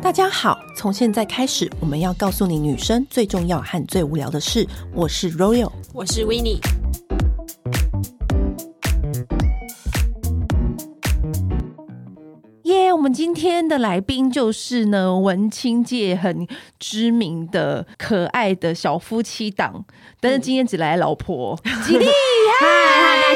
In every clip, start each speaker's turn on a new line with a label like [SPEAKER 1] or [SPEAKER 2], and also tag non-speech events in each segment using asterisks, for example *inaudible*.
[SPEAKER 1] 大家好，从现在开始，我们要告诉你女生最重要和最无聊的事。我是 Royal，
[SPEAKER 2] 我是 w i n n i e
[SPEAKER 1] 耶我们今天的来宾就是呢，文青界很知名的可爱的小夫妻档，但是今天只来老婆，吉利。 *laughs*
[SPEAKER 2] 嗨，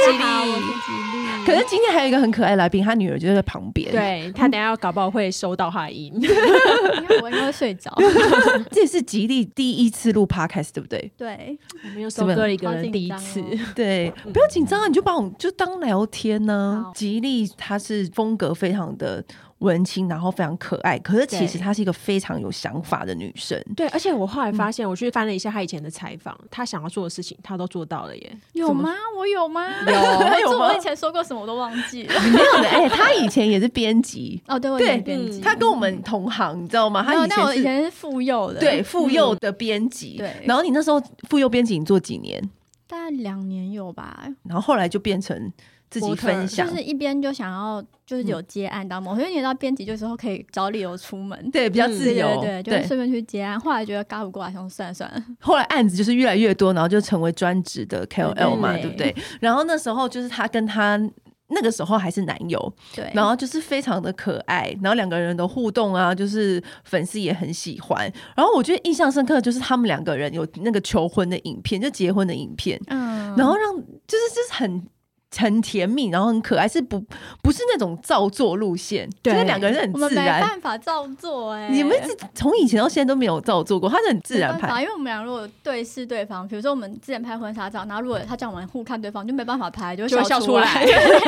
[SPEAKER 2] 大吉
[SPEAKER 3] 好，我
[SPEAKER 2] 利。
[SPEAKER 3] 是
[SPEAKER 1] 可
[SPEAKER 3] 吉利。
[SPEAKER 1] 是今天还有一个很可爱的来宾，他女儿就在旁边。，
[SPEAKER 2] 对他等一下搞不好会收到他的音，
[SPEAKER 3] 因为我应该会睡着。
[SPEAKER 1] *laughs* 这也是吉利第一次录 podcast，对不对？
[SPEAKER 3] 对，
[SPEAKER 2] 我们又收割了一个人第一次
[SPEAKER 3] 好紧，张
[SPEAKER 1] 对，不要紧张啊，你就把我们就当聊天呢、
[SPEAKER 3] 嗯好
[SPEAKER 1] 吉利她是风格非常的文青，然后非常可爱，可是其实
[SPEAKER 2] 对
[SPEAKER 1] 她是一个非常有想法的女生。
[SPEAKER 2] 对，而且我后来发现，我去翻了一下他以前的采访，他想要做的事情，他都做到了耶。
[SPEAKER 3] 哦有吗？我有吗？ *laughs*
[SPEAKER 1] 有
[SPEAKER 3] 我
[SPEAKER 1] 有
[SPEAKER 3] 做
[SPEAKER 1] 吗
[SPEAKER 3] 我以前说过什么我都忘记
[SPEAKER 1] *laughs*
[SPEAKER 3] 了。
[SPEAKER 1] 没有的，哎、她以前也是编辑，
[SPEAKER 3] 哦，对，我
[SPEAKER 1] 对
[SPEAKER 3] 以前编辑，
[SPEAKER 1] 她跟我们同行，你知道吗？
[SPEAKER 3] 没有
[SPEAKER 1] 她以
[SPEAKER 3] 但哦我以
[SPEAKER 1] 前是。
[SPEAKER 3] 前是妇幼的，
[SPEAKER 1] 对，妇幼的编辑、
[SPEAKER 3] 对
[SPEAKER 1] 然后你那时候妇幼编辑你做几年，
[SPEAKER 3] 大概两年有吧。
[SPEAKER 1] 然后后来就变成自己
[SPEAKER 2] 模特儿
[SPEAKER 1] 分享，
[SPEAKER 3] 就是一边就想要，就是有接案当模特，因为你知道编辑就时候可以找理由出门，
[SPEAKER 1] 对，比较
[SPEAKER 2] 嗯
[SPEAKER 1] 自
[SPEAKER 3] 对
[SPEAKER 1] 由，
[SPEAKER 3] 对对，就是顺便去接案。后来觉得嘎不过来，想说算了算了，
[SPEAKER 1] 后来案子就是越来越多，然后就成为专职的 KOL 嘛，对
[SPEAKER 3] 对
[SPEAKER 1] 不对？然后那时候就是她跟她那个时候还是男友，
[SPEAKER 3] 对，
[SPEAKER 1] 然后就是非常的可爱，然后两个人的互动啊，就是粉丝也很喜欢。然后我觉得印象深刻的就是他们两个人有那个求婚的影片，就结婚的影片，
[SPEAKER 3] 嗯，
[SPEAKER 1] 然后让就是就是很。很甜蜜，然后很可爱，是不不是那种造作路线，就
[SPEAKER 2] 对
[SPEAKER 1] 是两个人很
[SPEAKER 3] 我们
[SPEAKER 1] 自
[SPEAKER 3] 没
[SPEAKER 1] 然。
[SPEAKER 3] 办法欸照做，哎，
[SPEAKER 1] 你们是从以前到现在都没有造作过，他是很自然
[SPEAKER 3] 没办法，
[SPEAKER 1] 拍。
[SPEAKER 3] 因为我们俩如果对视对方，比如说我们之前拍婚纱照，然后如果他叫我们互看对方，就没办法拍，就
[SPEAKER 2] 就会
[SPEAKER 3] 笑
[SPEAKER 2] 笑
[SPEAKER 3] 出
[SPEAKER 2] 出来
[SPEAKER 3] *laughs*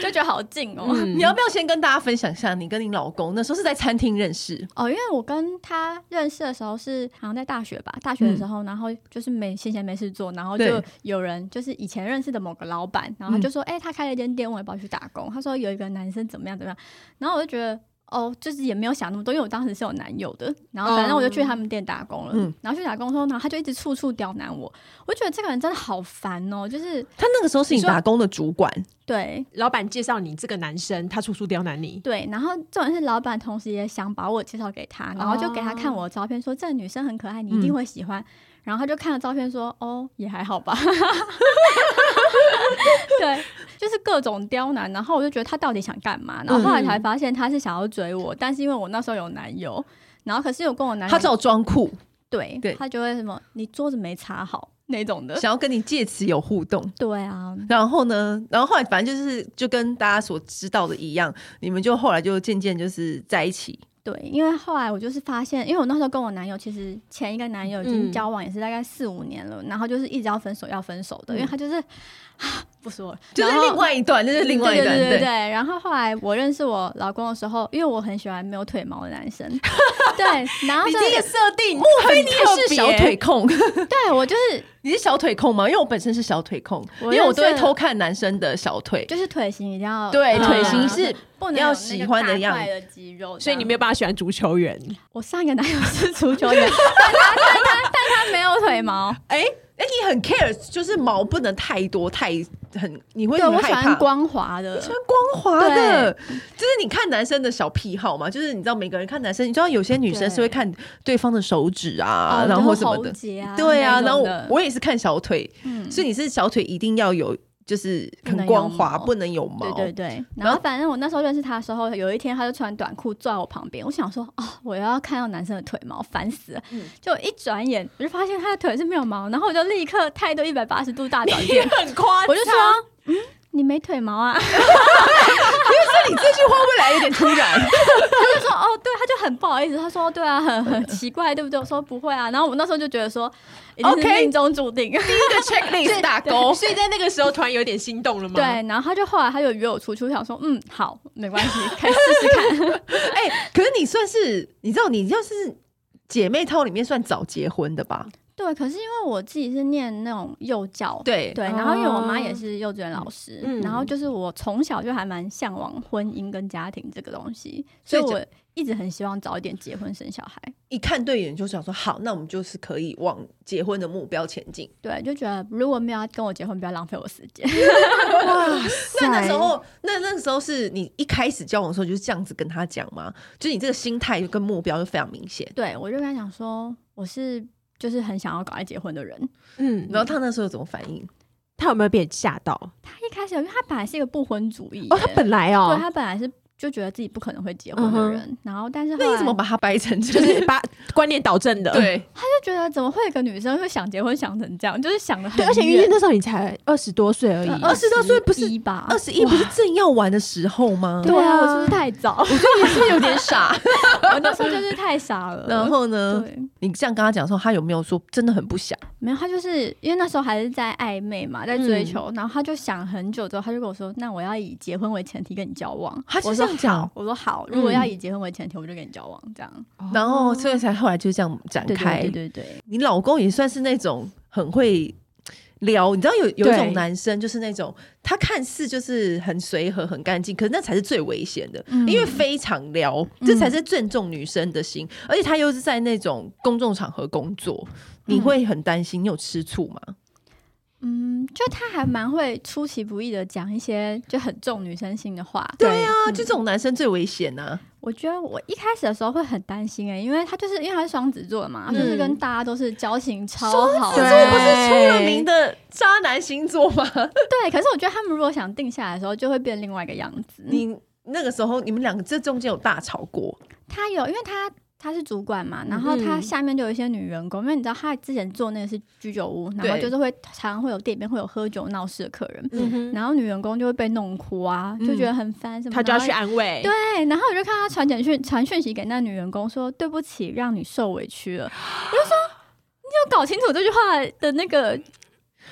[SPEAKER 3] 就觉得好近哦。
[SPEAKER 2] 嗯
[SPEAKER 1] 你要不要先跟大家分享一下，你跟你老公那时候是在餐厅认识？
[SPEAKER 3] 哦，因为我跟他认识的时候是好像在大学吧，大学的时候，然后就是没闲闲没事做，然后
[SPEAKER 1] 嗯对嗯
[SPEAKER 3] 就有人就是以前认识的某个老板，然后他就说，哎、他开了一间店，我也不要去打工。他说有一个男生怎么样怎么样，然后我就觉得。哦，就是也没有想那么多，因为我当时是有男友的，然后反正我就去他们店打工了，
[SPEAKER 1] 哦嗯
[SPEAKER 3] 然后去打工的时候，然后他就一直处处刁难我，我觉得这个人真的好烦哦，就是
[SPEAKER 1] 他那个时候是你
[SPEAKER 2] 你说
[SPEAKER 1] 打工的主管，
[SPEAKER 3] 对
[SPEAKER 2] 老板介绍你这个男生，他处处刁难你，
[SPEAKER 3] 对，然后重点是老板同时也想把我介绍给他，然后就给他
[SPEAKER 1] 哦
[SPEAKER 3] 看我的照片，说这个女生很可爱，你
[SPEAKER 1] 嗯
[SPEAKER 3] 一定会喜欢。然后他就看了照片说，哦，也还
[SPEAKER 1] *laughs*
[SPEAKER 3] 好吧。对，就是各种刁难，然后我就觉得他到底想干嘛？然后后来
[SPEAKER 1] 嗯
[SPEAKER 3] 才发现他是想要追我，但是因为我那时候有男友，然后可是有跟我男友，
[SPEAKER 1] 他只有装酷，
[SPEAKER 3] 对，
[SPEAKER 1] 对
[SPEAKER 3] 他就会什么你桌子没擦好那种的。
[SPEAKER 1] 想要跟你借此有互动。
[SPEAKER 3] 对啊，
[SPEAKER 1] 然后呢，然后后来反正就是就跟大家所知道的一样，你们就后来就渐渐就是在一起。
[SPEAKER 3] 对，因为后来我就是发现，因为我那时候跟我男友，其实前一个男友已经
[SPEAKER 2] 嗯
[SPEAKER 3] 交往也是大概四五年了，然后就是一直要分手要分手的，因为他就是啊不说了，
[SPEAKER 1] 嗯就是
[SPEAKER 3] 然后
[SPEAKER 1] 另外一段，就是另外一
[SPEAKER 3] 对
[SPEAKER 1] 段，
[SPEAKER 3] 对对对对。然后后来我认识我老公的时候，因为我很喜欢没有腿毛的男生，对，
[SPEAKER 1] *laughs*
[SPEAKER 3] 然后
[SPEAKER 2] 你
[SPEAKER 3] 就
[SPEAKER 2] 这个设定，莫
[SPEAKER 1] 莫非你也是小腿？控？ *laughs*
[SPEAKER 3] 对我就是
[SPEAKER 1] 你是小腿控吗？因为我本身是小腿控，因
[SPEAKER 3] 我
[SPEAKER 1] 为我
[SPEAKER 3] 认
[SPEAKER 1] 都
[SPEAKER 3] 识
[SPEAKER 1] 会偷看男生的小腿。
[SPEAKER 3] 就是腿型一定要
[SPEAKER 1] 对，
[SPEAKER 2] 嗯
[SPEAKER 1] 腿型是
[SPEAKER 3] 不能
[SPEAKER 1] 要
[SPEAKER 3] 有那个
[SPEAKER 1] 喜欢的
[SPEAKER 3] 大
[SPEAKER 1] 样
[SPEAKER 3] 块
[SPEAKER 1] 子
[SPEAKER 3] 的肌肉，
[SPEAKER 2] 所以你
[SPEAKER 3] 有。
[SPEAKER 2] 没有办法喜欢足球 *laughs* 员。
[SPEAKER 3] 我上一个男友是足球员，但他但他但他没有腿毛，
[SPEAKER 1] 哎哎，你很 care，就是毛不能太多，太很你会
[SPEAKER 3] 对
[SPEAKER 1] 很
[SPEAKER 3] 我
[SPEAKER 1] 害
[SPEAKER 3] 喜
[SPEAKER 1] 怕
[SPEAKER 3] 欢。光
[SPEAKER 1] *laughs*
[SPEAKER 3] 滑的，
[SPEAKER 1] 穿光滑的，就是你看男生的小癖好嘛，就是你知道每个人看男生，你知道有些女生
[SPEAKER 3] 对
[SPEAKER 1] 是会看对方的手指啊，
[SPEAKER 3] 哦
[SPEAKER 1] 然后
[SPEAKER 3] 就是
[SPEAKER 1] 什么
[SPEAKER 3] 喉
[SPEAKER 1] 的，
[SPEAKER 3] 结啊
[SPEAKER 1] 对啊，
[SPEAKER 3] 那
[SPEAKER 1] 然后我
[SPEAKER 3] 种的
[SPEAKER 1] 我也是看小腿，
[SPEAKER 3] 嗯
[SPEAKER 1] 所以你是小腿一定要有，就是很光滑，不
[SPEAKER 3] 不
[SPEAKER 1] 能有毛，
[SPEAKER 3] 对对对，
[SPEAKER 1] 然
[SPEAKER 3] 然后
[SPEAKER 1] 后
[SPEAKER 3] 反正我那时候认识他的时候，有一天他就穿短裤坐在我旁边，我想说哦，我又要看到男生的腿毛，烦死了。
[SPEAKER 2] 嗯
[SPEAKER 3] 就一转眼，我就发现他的腿是没有毛，然后我就立刻态度一百八十度大转
[SPEAKER 1] *laughs*
[SPEAKER 3] 变，
[SPEAKER 2] 很夸
[SPEAKER 3] 我就说，嗯，你没腿毛啊？ *laughs*
[SPEAKER 1] 那你这句话会不会来有点突
[SPEAKER 3] *laughs*
[SPEAKER 1] 然？
[SPEAKER 3] 他就说哦，对，他就很不好意思，他说对啊，很很奇怪，对不对？我说不会啊，然后我那时候就觉得说，一定是
[SPEAKER 1] OK
[SPEAKER 3] 命中注
[SPEAKER 1] *laughs*
[SPEAKER 3] 定。
[SPEAKER 1] 第一个 checklist 打勾，
[SPEAKER 2] 所以在那个时候突然有点心动了吗？
[SPEAKER 3] 对，，然后他就后来他就约我出去，我想说嗯，好，没关系，可以试试看。
[SPEAKER 1] 哎、可是你算是，你知道你要是姐妹套里面算早结婚的吧？
[SPEAKER 3] 对，可是因为我自己是念那种幼教，
[SPEAKER 1] 对
[SPEAKER 3] 对，然后因为我妈
[SPEAKER 2] 哦
[SPEAKER 3] 也是幼稚园老师，
[SPEAKER 2] 嗯
[SPEAKER 3] 然后就是我从小就还蛮向往婚姻跟家庭这个东西，所以
[SPEAKER 1] 所以
[SPEAKER 3] 我一直很希望早一点结婚生小孩。
[SPEAKER 1] 一看对眼就想说，好，那我们就是可以往结婚的目标前 *laughs* 进。
[SPEAKER 3] 对，就觉得如果没有要跟我结婚，不要浪费我时间。 *laughs*
[SPEAKER 2] 哇
[SPEAKER 1] *laughs* 那那时候，那那时候是你一开始交往的时候就是这样子跟他讲吗？就是你这个心态跟目标就非常明显。
[SPEAKER 3] 对我就跟他讲说，我是就是很想要赶快结婚的人。
[SPEAKER 2] 嗯，
[SPEAKER 1] 然后他那时候有怎么反应？
[SPEAKER 2] 他有没有被吓到？哦，
[SPEAKER 3] 他一开始，因为他本来是一个不婚主义耶，
[SPEAKER 2] 他本来哦，嗯
[SPEAKER 3] 对他本来是就觉得自己不可能会结婚的人，然后但是后
[SPEAKER 1] 那
[SPEAKER 3] 来
[SPEAKER 1] 你怎么把他掰成这
[SPEAKER 2] 就
[SPEAKER 1] 样？
[SPEAKER 2] 是把观念导正的。
[SPEAKER 1] 对，
[SPEAKER 3] 就觉得怎么会有一个女生会想结婚想成这样，就是想的很
[SPEAKER 2] 对，而且云
[SPEAKER 3] 远
[SPEAKER 2] 云那时候你才二十多岁而已，
[SPEAKER 1] 呃20多
[SPEAKER 3] 啊
[SPEAKER 1] 岁不是
[SPEAKER 3] 21吧？
[SPEAKER 1] 二十一嗯不是正要玩的时候吗？
[SPEAKER 3] 对啊，
[SPEAKER 2] 对啊
[SPEAKER 3] 我是不是太早？
[SPEAKER 1] 你是有点傻。
[SPEAKER 3] *laughs* 我那时候就是太傻了。
[SPEAKER 1] 然后呢？
[SPEAKER 3] 对，
[SPEAKER 1] 你这样跟他讲的时候，他有没有说真的很不想？
[SPEAKER 3] 没有，他就是因为那时候还是在暧昧嘛，在追
[SPEAKER 1] 嗯
[SPEAKER 3] 求，然后他就想很久之后，他就跟我说：“那我要以结婚为前提跟你交往。”
[SPEAKER 1] 他
[SPEAKER 3] 我
[SPEAKER 1] 啊是这
[SPEAKER 3] 说
[SPEAKER 1] 样讲，：“
[SPEAKER 3] *laughs* 我说好，如果要以结婚为前提，我就跟你交往。”这样，
[SPEAKER 2] 哦
[SPEAKER 1] 然后所以才后来就这样展
[SPEAKER 3] 对
[SPEAKER 1] 开。
[SPEAKER 3] 对对对对，
[SPEAKER 1] 你老公也算是那种很会聊，你知道有有一种
[SPEAKER 2] 对
[SPEAKER 1] 男生就是那种他看似就是很随和、很干净，可是那才是最危险的，
[SPEAKER 3] 嗯
[SPEAKER 1] 因为非常聊，
[SPEAKER 3] 嗯
[SPEAKER 1] 这才是正中女生的心，而且他又是在那种公众场合工作，你会很担心。你有吃醋吗？
[SPEAKER 3] 嗯，就他还蛮会出其不意的讲一些就很重女生心的话。
[SPEAKER 2] 对啊，
[SPEAKER 1] 啊，就这种男生最危险呐、啊！
[SPEAKER 3] 我觉得我一开始的时候会很担心哎、因为他就是因为他是双子座嘛，他就是
[SPEAKER 1] 嗯
[SPEAKER 3] 跟大家都是交情超好
[SPEAKER 2] 子
[SPEAKER 3] 的，
[SPEAKER 1] 这
[SPEAKER 2] 对
[SPEAKER 1] 不是出了名的渣男星座吗？
[SPEAKER 3] 对。可是我觉得他们如果想定下来的时候，就会变另外一个样子。
[SPEAKER 1] 你那个时候你们两个这中间有大吵过，
[SPEAKER 3] 他有，因为他他是主管嘛，然后他
[SPEAKER 2] 嗯
[SPEAKER 3] 下面就有一些女员工，因为你知道他之前做那个是居酒屋，然后
[SPEAKER 1] 对
[SPEAKER 3] 就是会常常会有店里面会有喝酒闹事的客人，
[SPEAKER 1] 嗯
[SPEAKER 2] 哼，
[SPEAKER 3] 然后女员工就会被弄哭啊，就觉得很烦什
[SPEAKER 2] 嗯
[SPEAKER 3] 么，
[SPEAKER 2] 他就要
[SPEAKER 3] 然后
[SPEAKER 2] 去安慰。
[SPEAKER 3] 对，然后我就看他传简讯传讯息给那女员工说对不起，让你受委屈了。我就说
[SPEAKER 1] *gasps*
[SPEAKER 3] 你有搞清楚这句话的那个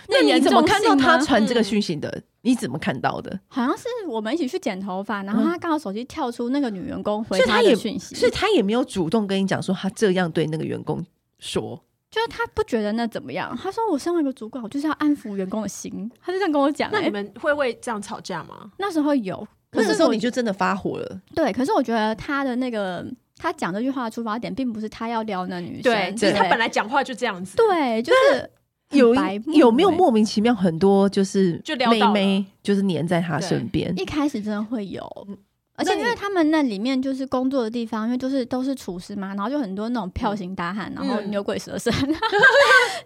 [SPEAKER 1] 那你
[SPEAKER 3] 严
[SPEAKER 1] 怎么
[SPEAKER 3] 重
[SPEAKER 1] 看到
[SPEAKER 3] 性
[SPEAKER 1] 他
[SPEAKER 3] 吗
[SPEAKER 1] 传这个
[SPEAKER 2] 嗯
[SPEAKER 1] 讯息的？你怎么看到的？
[SPEAKER 3] 好像是我们一起去剪头发，然后他刚好手机跳出那个女员工回
[SPEAKER 1] 嗯所以他
[SPEAKER 3] 的
[SPEAKER 1] 也
[SPEAKER 3] 讯息，
[SPEAKER 1] 所以他也没有主动跟你讲说他这样对那个员工说，
[SPEAKER 3] 就是他不觉得那怎么样。他说我身为一个主管，我就是要安抚员工
[SPEAKER 1] *laughs*
[SPEAKER 3] 的心，他就这样跟我讲、
[SPEAKER 2] 那你
[SPEAKER 3] 欸。
[SPEAKER 2] 们会为这样吵架吗？
[SPEAKER 3] 那时候有，可
[SPEAKER 1] 哎那
[SPEAKER 3] 是
[SPEAKER 1] 个时候
[SPEAKER 3] 我
[SPEAKER 1] 你就真的发火了。
[SPEAKER 3] 对，可是我觉得他的那个他讲这句话的出发点，并不是他要撩那女生，
[SPEAKER 2] 就是他
[SPEAKER 3] 对
[SPEAKER 2] 本来讲话就这样子。
[SPEAKER 3] 对，就是很
[SPEAKER 1] 有
[SPEAKER 3] 白目
[SPEAKER 1] 有没有
[SPEAKER 3] 欸
[SPEAKER 1] 莫名其妙很多就是
[SPEAKER 2] 就撩
[SPEAKER 1] 妹
[SPEAKER 2] 到
[SPEAKER 1] 妹就是黏在他身边？
[SPEAKER 3] 一开始真的会有
[SPEAKER 1] 嗯，那
[SPEAKER 3] 而且
[SPEAKER 1] 你
[SPEAKER 3] 因为他们那里面就是工作的地方，因为就是都是厨师嘛，然后就很多那种票型大汉，然后
[SPEAKER 2] 嗯
[SPEAKER 3] 牛鬼蛇神， *laughs*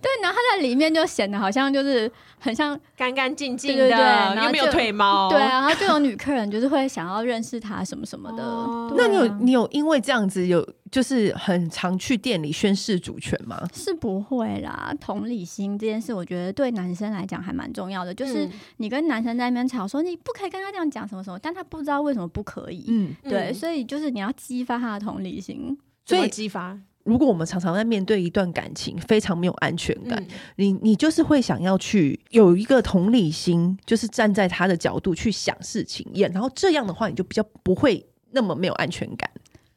[SPEAKER 3] 对，然后他在里面就显得好像就是很像，
[SPEAKER 2] 干干净净
[SPEAKER 3] 对对对
[SPEAKER 2] 的，
[SPEAKER 3] 然后
[SPEAKER 2] 又没有
[SPEAKER 3] 就
[SPEAKER 2] 腿
[SPEAKER 1] 哦
[SPEAKER 2] 毛。
[SPEAKER 3] *laughs* 对啊，然后就有女客人就是会想要认识他什么什么的。
[SPEAKER 2] 哦
[SPEAKER 3] 对
[SPEAKER 1] 那
[SPEAKER 3] 啊
[SPEAKER 1] 你有你有因为这样子有就是很常去店里宣示主权吗？
[SPEAKER 3] 是不会啦，同理心这件事，我觉得对男生来讲还蛮重要的。就是
[SPEAKER 2] 嗯
[SPEAKER 3] 你跟男生在那边吵说你不可以跟他这样讲什么什么，但他不知道为什么不可以。
[SPEAKER 1] 嗯，
[SPEAKER 3] 对，
[SPEAKER 2] 嗯
[SPEAKER 3] 所以就是你要激发他的同理心。
[SPEAKER 2] 怎么
[SPEAKER 1] 所以
[SPEAKER 2] 激发
[SPEAKER 1] 如果我们常常在面对一段感情非常没有安全感，
[SPEAKER 2] 嗯
[SPEAKER 1] 你你就是会想要去有一个同理心，就是站在他的角度去想事情，也然后这样的话，你就比较不会那么没有安全感，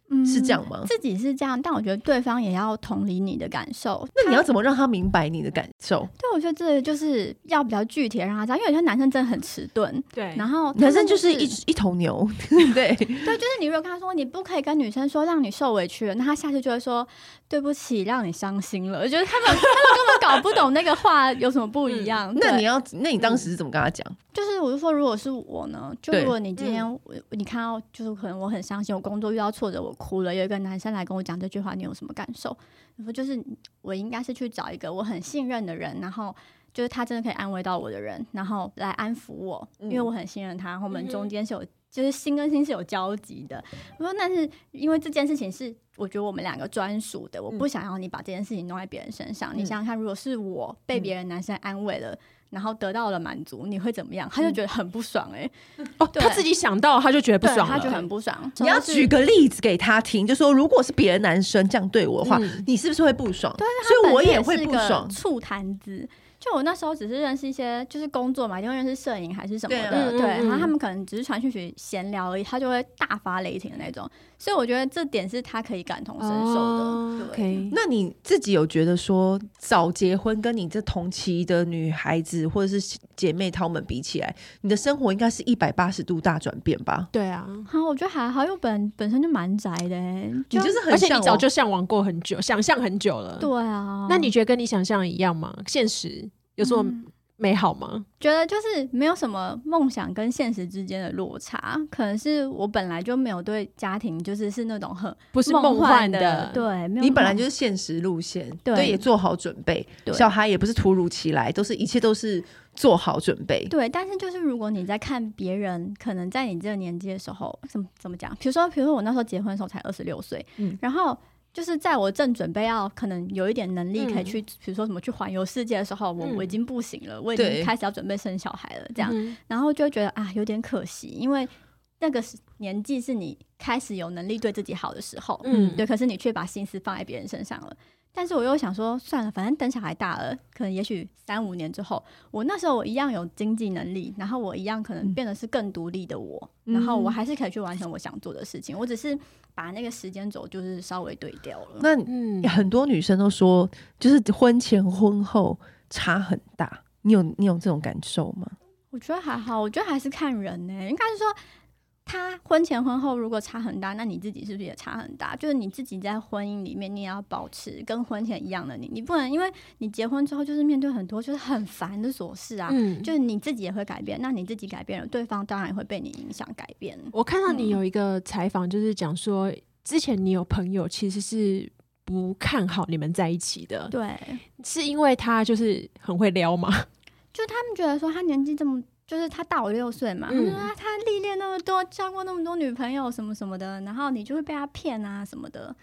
[SPEAKER 3] 嗯
[SPEAKER 1] 是这样吗？
[SPEAKER 3] 自己是这样，但我觉得对方也要同理你的感受。
[SPEAKER 1] 那你要
[SPEAKER 3] 他哦
[SPEAKER 1] 怎么让他明白你的感受？
[SPEAKER 3] 对我觉得这个就是要比较具体的让他知道，因为有些男生真的很迟钝，
[SPEAKER 2] 对，
[SPEAKER 3] 然后他
[SPEAKER 1] 男生
[SPEAKER 3] 们
[SPEAKER 1] 就是一一头
[SPEAKER 3] *laughs*
[SPEAKER 1] 牛，对不对？
[SPEAKER 3] 对，就是你如果跟他说你不可以跟女生说让你受委屈了，那他下次就会说对不起，让你伤心了。我觉得他们他们根本搞不懂那个话有什么不一样。
[SPEAKER 1] 嗯
[SPEAKER 3] 对
[SPEAKER 1] 那你要，那你当时是怎么跟他讲？
[SPEAKER 3] 就是我就说，如果是我呢，就
[SPEAKER 1] 对嗯
[SPEAKER 3] 如果你今天、我你看到就是可能我很伤心，我工作遇到挫折，我哭了，有一个男生来跟我讲这句话，你有什么感受？我说就是我应该是去找一个我很信任的人，然后就是他真的可以安慰到我的人，然后来安抚我，
[SPEAKER 1] 嗯
[SPEAKER 3] 因为我很信任他，然后我
[SPEAKER 2] 嗯
[SPEAKER 3] 们
[SPEAKER 2] 哼
[SPEAKER 3] 中间是有。就是心跟心是有交集的。我说，但是因为这件事情是我觉得我们两个专属的，我
[SPEAKER 2] 嗯
[SPEAKER 3] 不想要你把这件事情弄在别人身上。你
[SPEAKER 1] 嗯
[SPEAKER 3] 想想看，如果是我
[SPEAKER 2] 嗯
[SPEAKER 3] 被别人男生安慰了，然后得到了满足，你会怎么样？他就觉得很不爽哎、欸，
[SPEAKER 2] 哦，
[SPEAKER 3] 对
[SPEAKER 2] 他自己想到他就觉得嗯不
[SPEAKER 3] 对，
[SPEAKER 2] 爽了，
[SPEAKER 3] 他就很不爽。
[SPEAKER 1] 你要
[SPEAKER 3] 就是
[SPEAKER 1] 举个例子给他听，就说如果是别的男生这样对我的话，
[SPEAKER 2] 嗯
[SPEAKER 1] 你是不是会不爽？
[SPEAKER 3] 对，啊
[SPEAKER 1] 所以
[SPEAKER 3] 他
[SPEAKER 1] 我
[SPEAKER 3] 本身
[SPEAKER 1] 也会
[SPEAKER 3] 是
[SPEAKER 1] 不
[SPEAKER 3] 个
[SPEAKER 1] 爽。
[SPEAKER 3] 醋坛子。就我那时候只是认识一些，就是工作嘛，因为认识摄影还是什么
[SPEAKER 1] 对
[SPEAKER 3] 的，
[SPEAKER 1] 啊
[SPEAKER 3] 对。
[SPEAKER 2] 嗯嗯嗯
[SPEAKER 3] 然后他们可能只是传讯息闲聊而已，他就会大发雷霆的那种。所以我觉得这点是他可以感同身受的。
[SPEAKER 2] 哦
[SPEAKER 3] 对
[SPEAKER 2] OK，
[SPEAKER 1] 那你自己有觉得说早结婚跟你这同期的女孩子或者是姐妹她们比起来，你的生活应该是一百八十度大转变吧？
[SPEAKER 2] 对啊，
[SPEAKER 3] 好，我觉得还好，因为我本本身就蛮宅的欸、
[SPEAKER 1] 你就是很
[SPEAKER 2] 而且
[SPEAKER 1] 向
[SPEAKER 2] 你早
[SPEAKER 1] 往
[SPEAKER 2] 就向往过很久，想象很久了。
[SPEAKER 3] 对啊。
[SPEAKER 2] 那你觉得跟你想象一样吗？现实有什么
[SPEAKER 3] 嗯
[SPEAKER 2] 美好吗？
[SPEAKER 3] 觉得就是没有什么梦想跟现实之间的落差，可能是我本来就没有对家庭就是是那种很
[SPEAKER 2] 不是
[SPEAKER 3] 梦
[SPEAKER 2] 幻
[SPEAKER 3] 的，对，没有
[SPEAKER 1] 你本来
[SPEAKER 3] 梦
[SPEAKER 1] 就是现实路线，
[SPEAKER 3] 对
[SPEAKER 1] 也做好准备。
[SPEAKER 3] 对
[SPEAKER 1] 小孩也不是突如其来，都是一切都是做好准备。
[SPEAKER 3] 对，但是就是如果你在看别人，可能在你这个年纪的时候，怎么怎么讲？比如说，比如说我那时候结婚的时候才二十六岁，
[SPEAKER 1] 嗯
[SPEAKER 3] 然后就是在我正准备要可能有一点能力可以去，比如说什么去环游世界的时候，我、
[SPEAKER 2] 嗯
[SPEAKER 3] 我已经不行了，我已
[SPEAKER 1] 对
[SPEAKER 3] 经开始要准备生小孩了，这样，
[SPEAKER 2] 嗯
[SPEAKER 3] 然后就会觉得啊有点可惜，因为那个时年纪是你开始有能力对自己好的时候，
[SPEAKER 2] 嗯
[SPEAKER 3] 对，可是你却把心思放在别人身上了。但是我又想说，算了，反正等小孩大了，可能也许三五年之后，我那时候我一样有经济能力，然后我一样可能
[SPEAKER 1] 嗯
[SPEAKER 3] 变得是更独立的我，
[SPEAKER 1] 嗯
[SPEAKER 3] 然后我还是可以去完成我想做的事情。我只是把那个时间轴就是稍微对调了。
[SPEAKER 1] 那
[SPEAKER 2] 嗯
[SPEAKER 1] 很多女生都说，就是婚前婚后差很大。你有你有这种感受吗？
[SPEAKER 3] 我觉得还好，我觉得还是看人呢、应该是说。他婚前婚后如果差很大，那你自己是不是也差很大？就是你自己在婚姻里面，你也要保持跟婚前一样的你，你不能因为你结婚之后就是面对很多就是很烦的琐事啊，
[SPEAKER 2] 嗯
[SPEAKER 3] 就是你自己也会改变，那你自己改变了，对方当然也会被你影响改变。
[SPEAKER 2] 我看到你
[SPEAKER 3] 嗯
[SPEAKER 2] 有一个采访，就是讲说之前你有朋友其实是不看好你们在一起的，
[SPEAKER 3] 对，
[SPEAKER 2] 是因为他就是很会撩 *laughs* 嘛，
[SPEAKER 3] 就他们觉得说他年纪这么，就是他大我六岁嘛，
[SPEAKER 2] 嗯
[SPEAKER 3] 他们说啊他历练那么多，交过那么多女朋友什么什么的，然后你就会被他骗啊什么的。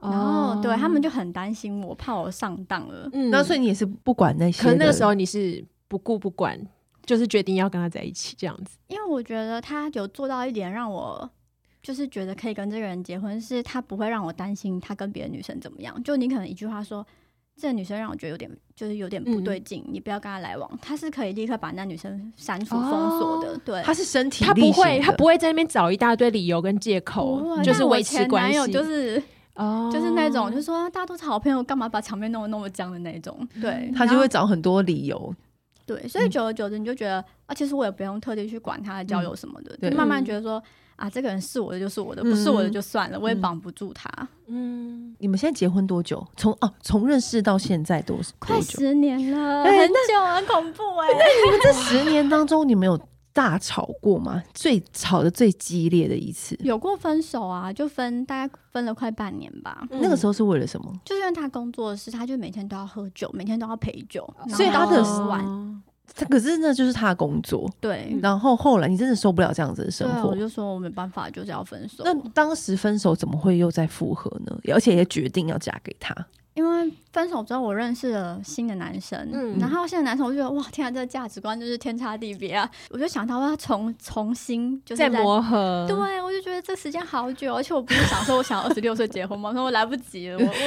[SPEAKER 3] 然后、哦对他
[SPEAKER 2] 哦
[SPEAKER 3] 们就很担心我，怕我上当了。
[SPEAKER 2] 嗯
[SPEAKER 1] 那所以你也是不管那些的。
[SPEAKER 2] 可能那个时候你是不顾不管，就是决定要跟他在一起这样子。
[SPEAKER 3] 因为我觉得他有做到一点让我。就是觉得可以跟这个人结婚，是他不会让我担心他跟别的女生怎么样。就你可能一句话说，这个女生让我觉得有点，就是有点不对
[SPEAKER 2] 嗯
[SPEAKER 3] 劲，你不要跟她来往。他是可以立刻把那女生删除、封锁
[SPEAKER 2] 哦
[SPEAKER 3] 的。对，
[SPEAKER 1] 他是身体
[SPEAKER 2] 他不
[SPEAKER 1] 力行
[SPEAKER 2] 会，
[SPEAKER 1] 的
[SPEAKER 2] 他不会在那边找一大堆理由跟借口
[SPEAKER 3] 不会，
[SPEAKER 2] 就
[SPEAKER 3] 但
[SPEAKER 2] 是
[SPEAKER 3] 我
[SPEAKER 2] 维持
[SPEAKER 3] 前
[SPEAKER 2] 关
[SPEAKER 3] 男友
[SPEAKER 2] 系，
[SPEAKER 3] 就是
[SPEAKER 2] 哦
[SPEAKER 3] 就是那种，就是说啊大家都是好朋友，干嘛把场面弄得那么僵的那种？对，
[SPEAKER 1] 他就
[SPEAKER 3] 然后
[SPEAKER 1] 会找很多理由。
[SPEAKER 3] 对，所以
[SPEAKER 1] 嗯
[SPEAKER 3] 久而久之，你就觉得、啊，其实我也不用特地去管他的交友什么的，
[SPEAKER 1] 对
[SPEAKER 3] 就慢慢
[SPEAKER 2] 嗯
[SPEAKER 3] 觉得说啊，这个人是我的就是我的，
[SPEAKER 2] 嗯
[SPEAKER 3] 不是我的就算了，我也
[SPEAKER 1] 嗯
[SPEAKER 3] 绑不住他。
[SPEAKER 2] 嗯，
[SPEAKER 1] 你们现在结婚多久？从哦，从认识到现在多
[SPEAKER 3] 快
[SPEAKER 1] 多久？
[SPEAKER 3] 十年了，
[SPEAKER 1] 哎
[SPEAKER 3] 很久，很恐怖哎、
[SPEAKER 1] 你们这十年当中，你们有大吵过吗？最吵的最激烈的一次，
[SPEAKER 3] 有过分手啊，就分大概分了快半年吧。
[SPEAKER 1] 那个时候是为了什么？
[SPEAKER 3] 就是因为他工作的事，他就每天都要喝酒，每天都要陪酒，嗯然
[SPEAKER 1] 所以
[SPEAKER 3] 后
[SPEAKER 1] 他
[SPEAKER 3] 到
[SPEAKER 1] 的嗯
[SPEAKER 3] 很晚，
[SPEAKER 2] 哦
[SPEAKER 1] 他可是那就是他的工作，
[SPEAKER 3] 对，
[SPEAKER 1] 然后后来你真的受不了这样子的嗯生
[SPEAKER 3] 对啊，
[SPEAKER 1] 活
[SPEAKER 3] 我，就说我没办法，就是要分手。
[SPEAKER 1] 那当时分手怎么会又再复合呢？而且也决定要嫁给他，
[SPEAKER 3] 因为分手之后，我认识了新的男生，
[SPEAKER 2] 嗯
[SPEAKER 3] 然后新的男生，我就觉得哇，天啊，这个价值观就是天差地别啊！我就想到我要重重新就是
[SPEAKER 2] 在
[SPEAKER 3] 在
[SPEAKER 2] 磨合，
[SPEAKER 3] 对，我就觉得这时间好久，而且我不是想说我想二十六岁结婚吗？我说我来不及了，我我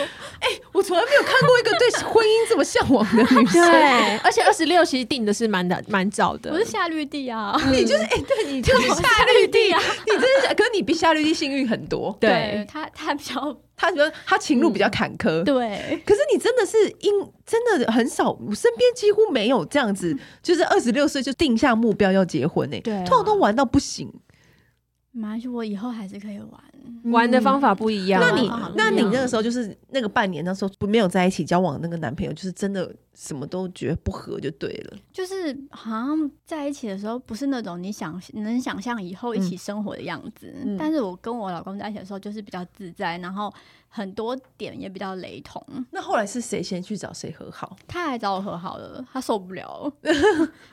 [SPEAKER 1] *laughs* 我从来没有看过一个对婚姻这么向往的女生。
[SPEAKER 2] 对，而且二十六其实定的是蛮的蛮早的，
[SPEAKER 3] 我是夏绿蒂啊，
[SPEAKER 1] 你就是哎、对你就是夏绿蒂啊，你真的想，可是你比夏绿蒂幸运很多。
[SPEAKER 2] 对，
[SPEAKER 3] 他他比较
[SPEAKER 1] 她觉得她情路比较坎坷，
[SPEAKER 3] 对，
[SPEAKER 1] 可是你真的是因真的很少，我身边几乎没有这样子，就是二十六岁就定下目标要结婚呢、欸
[SPEAKER 2] 对啊
[SPEAKER 1] 通常都玩到不行，
[SPEAKER 3] 没关系，我以后还是可以玩。
[SPEAKER 2] 玩的方法不一
[SPEAKER 3] 啊
[SPEAKER 2] 样。
[SPEAKER 1] 那你
[SPEAKER 3] 玩的方法哦不一
[SPEAKER 1] 哦那
[SPEAKER 3] 样
[SPEAKER 1] 你那个时候就是那个半年，那时候不没有在一起交往的那个男朋友，就是真的什么都觉得不合就对了。
[SPEAKER 3] 就是好像在一起的时候，不是那种你想能想象以后一起生活的样子。
[SPEAKER 1] 嗯
[SPEAKER 3] 但是我跟我老公在一起的时候，就是比较自在，然后很多点也比较雷同。
[SPEAKER 1] 那后来是谁先去找谁和好？
[SPEAKER 3] 他还找我和好了，他受不了，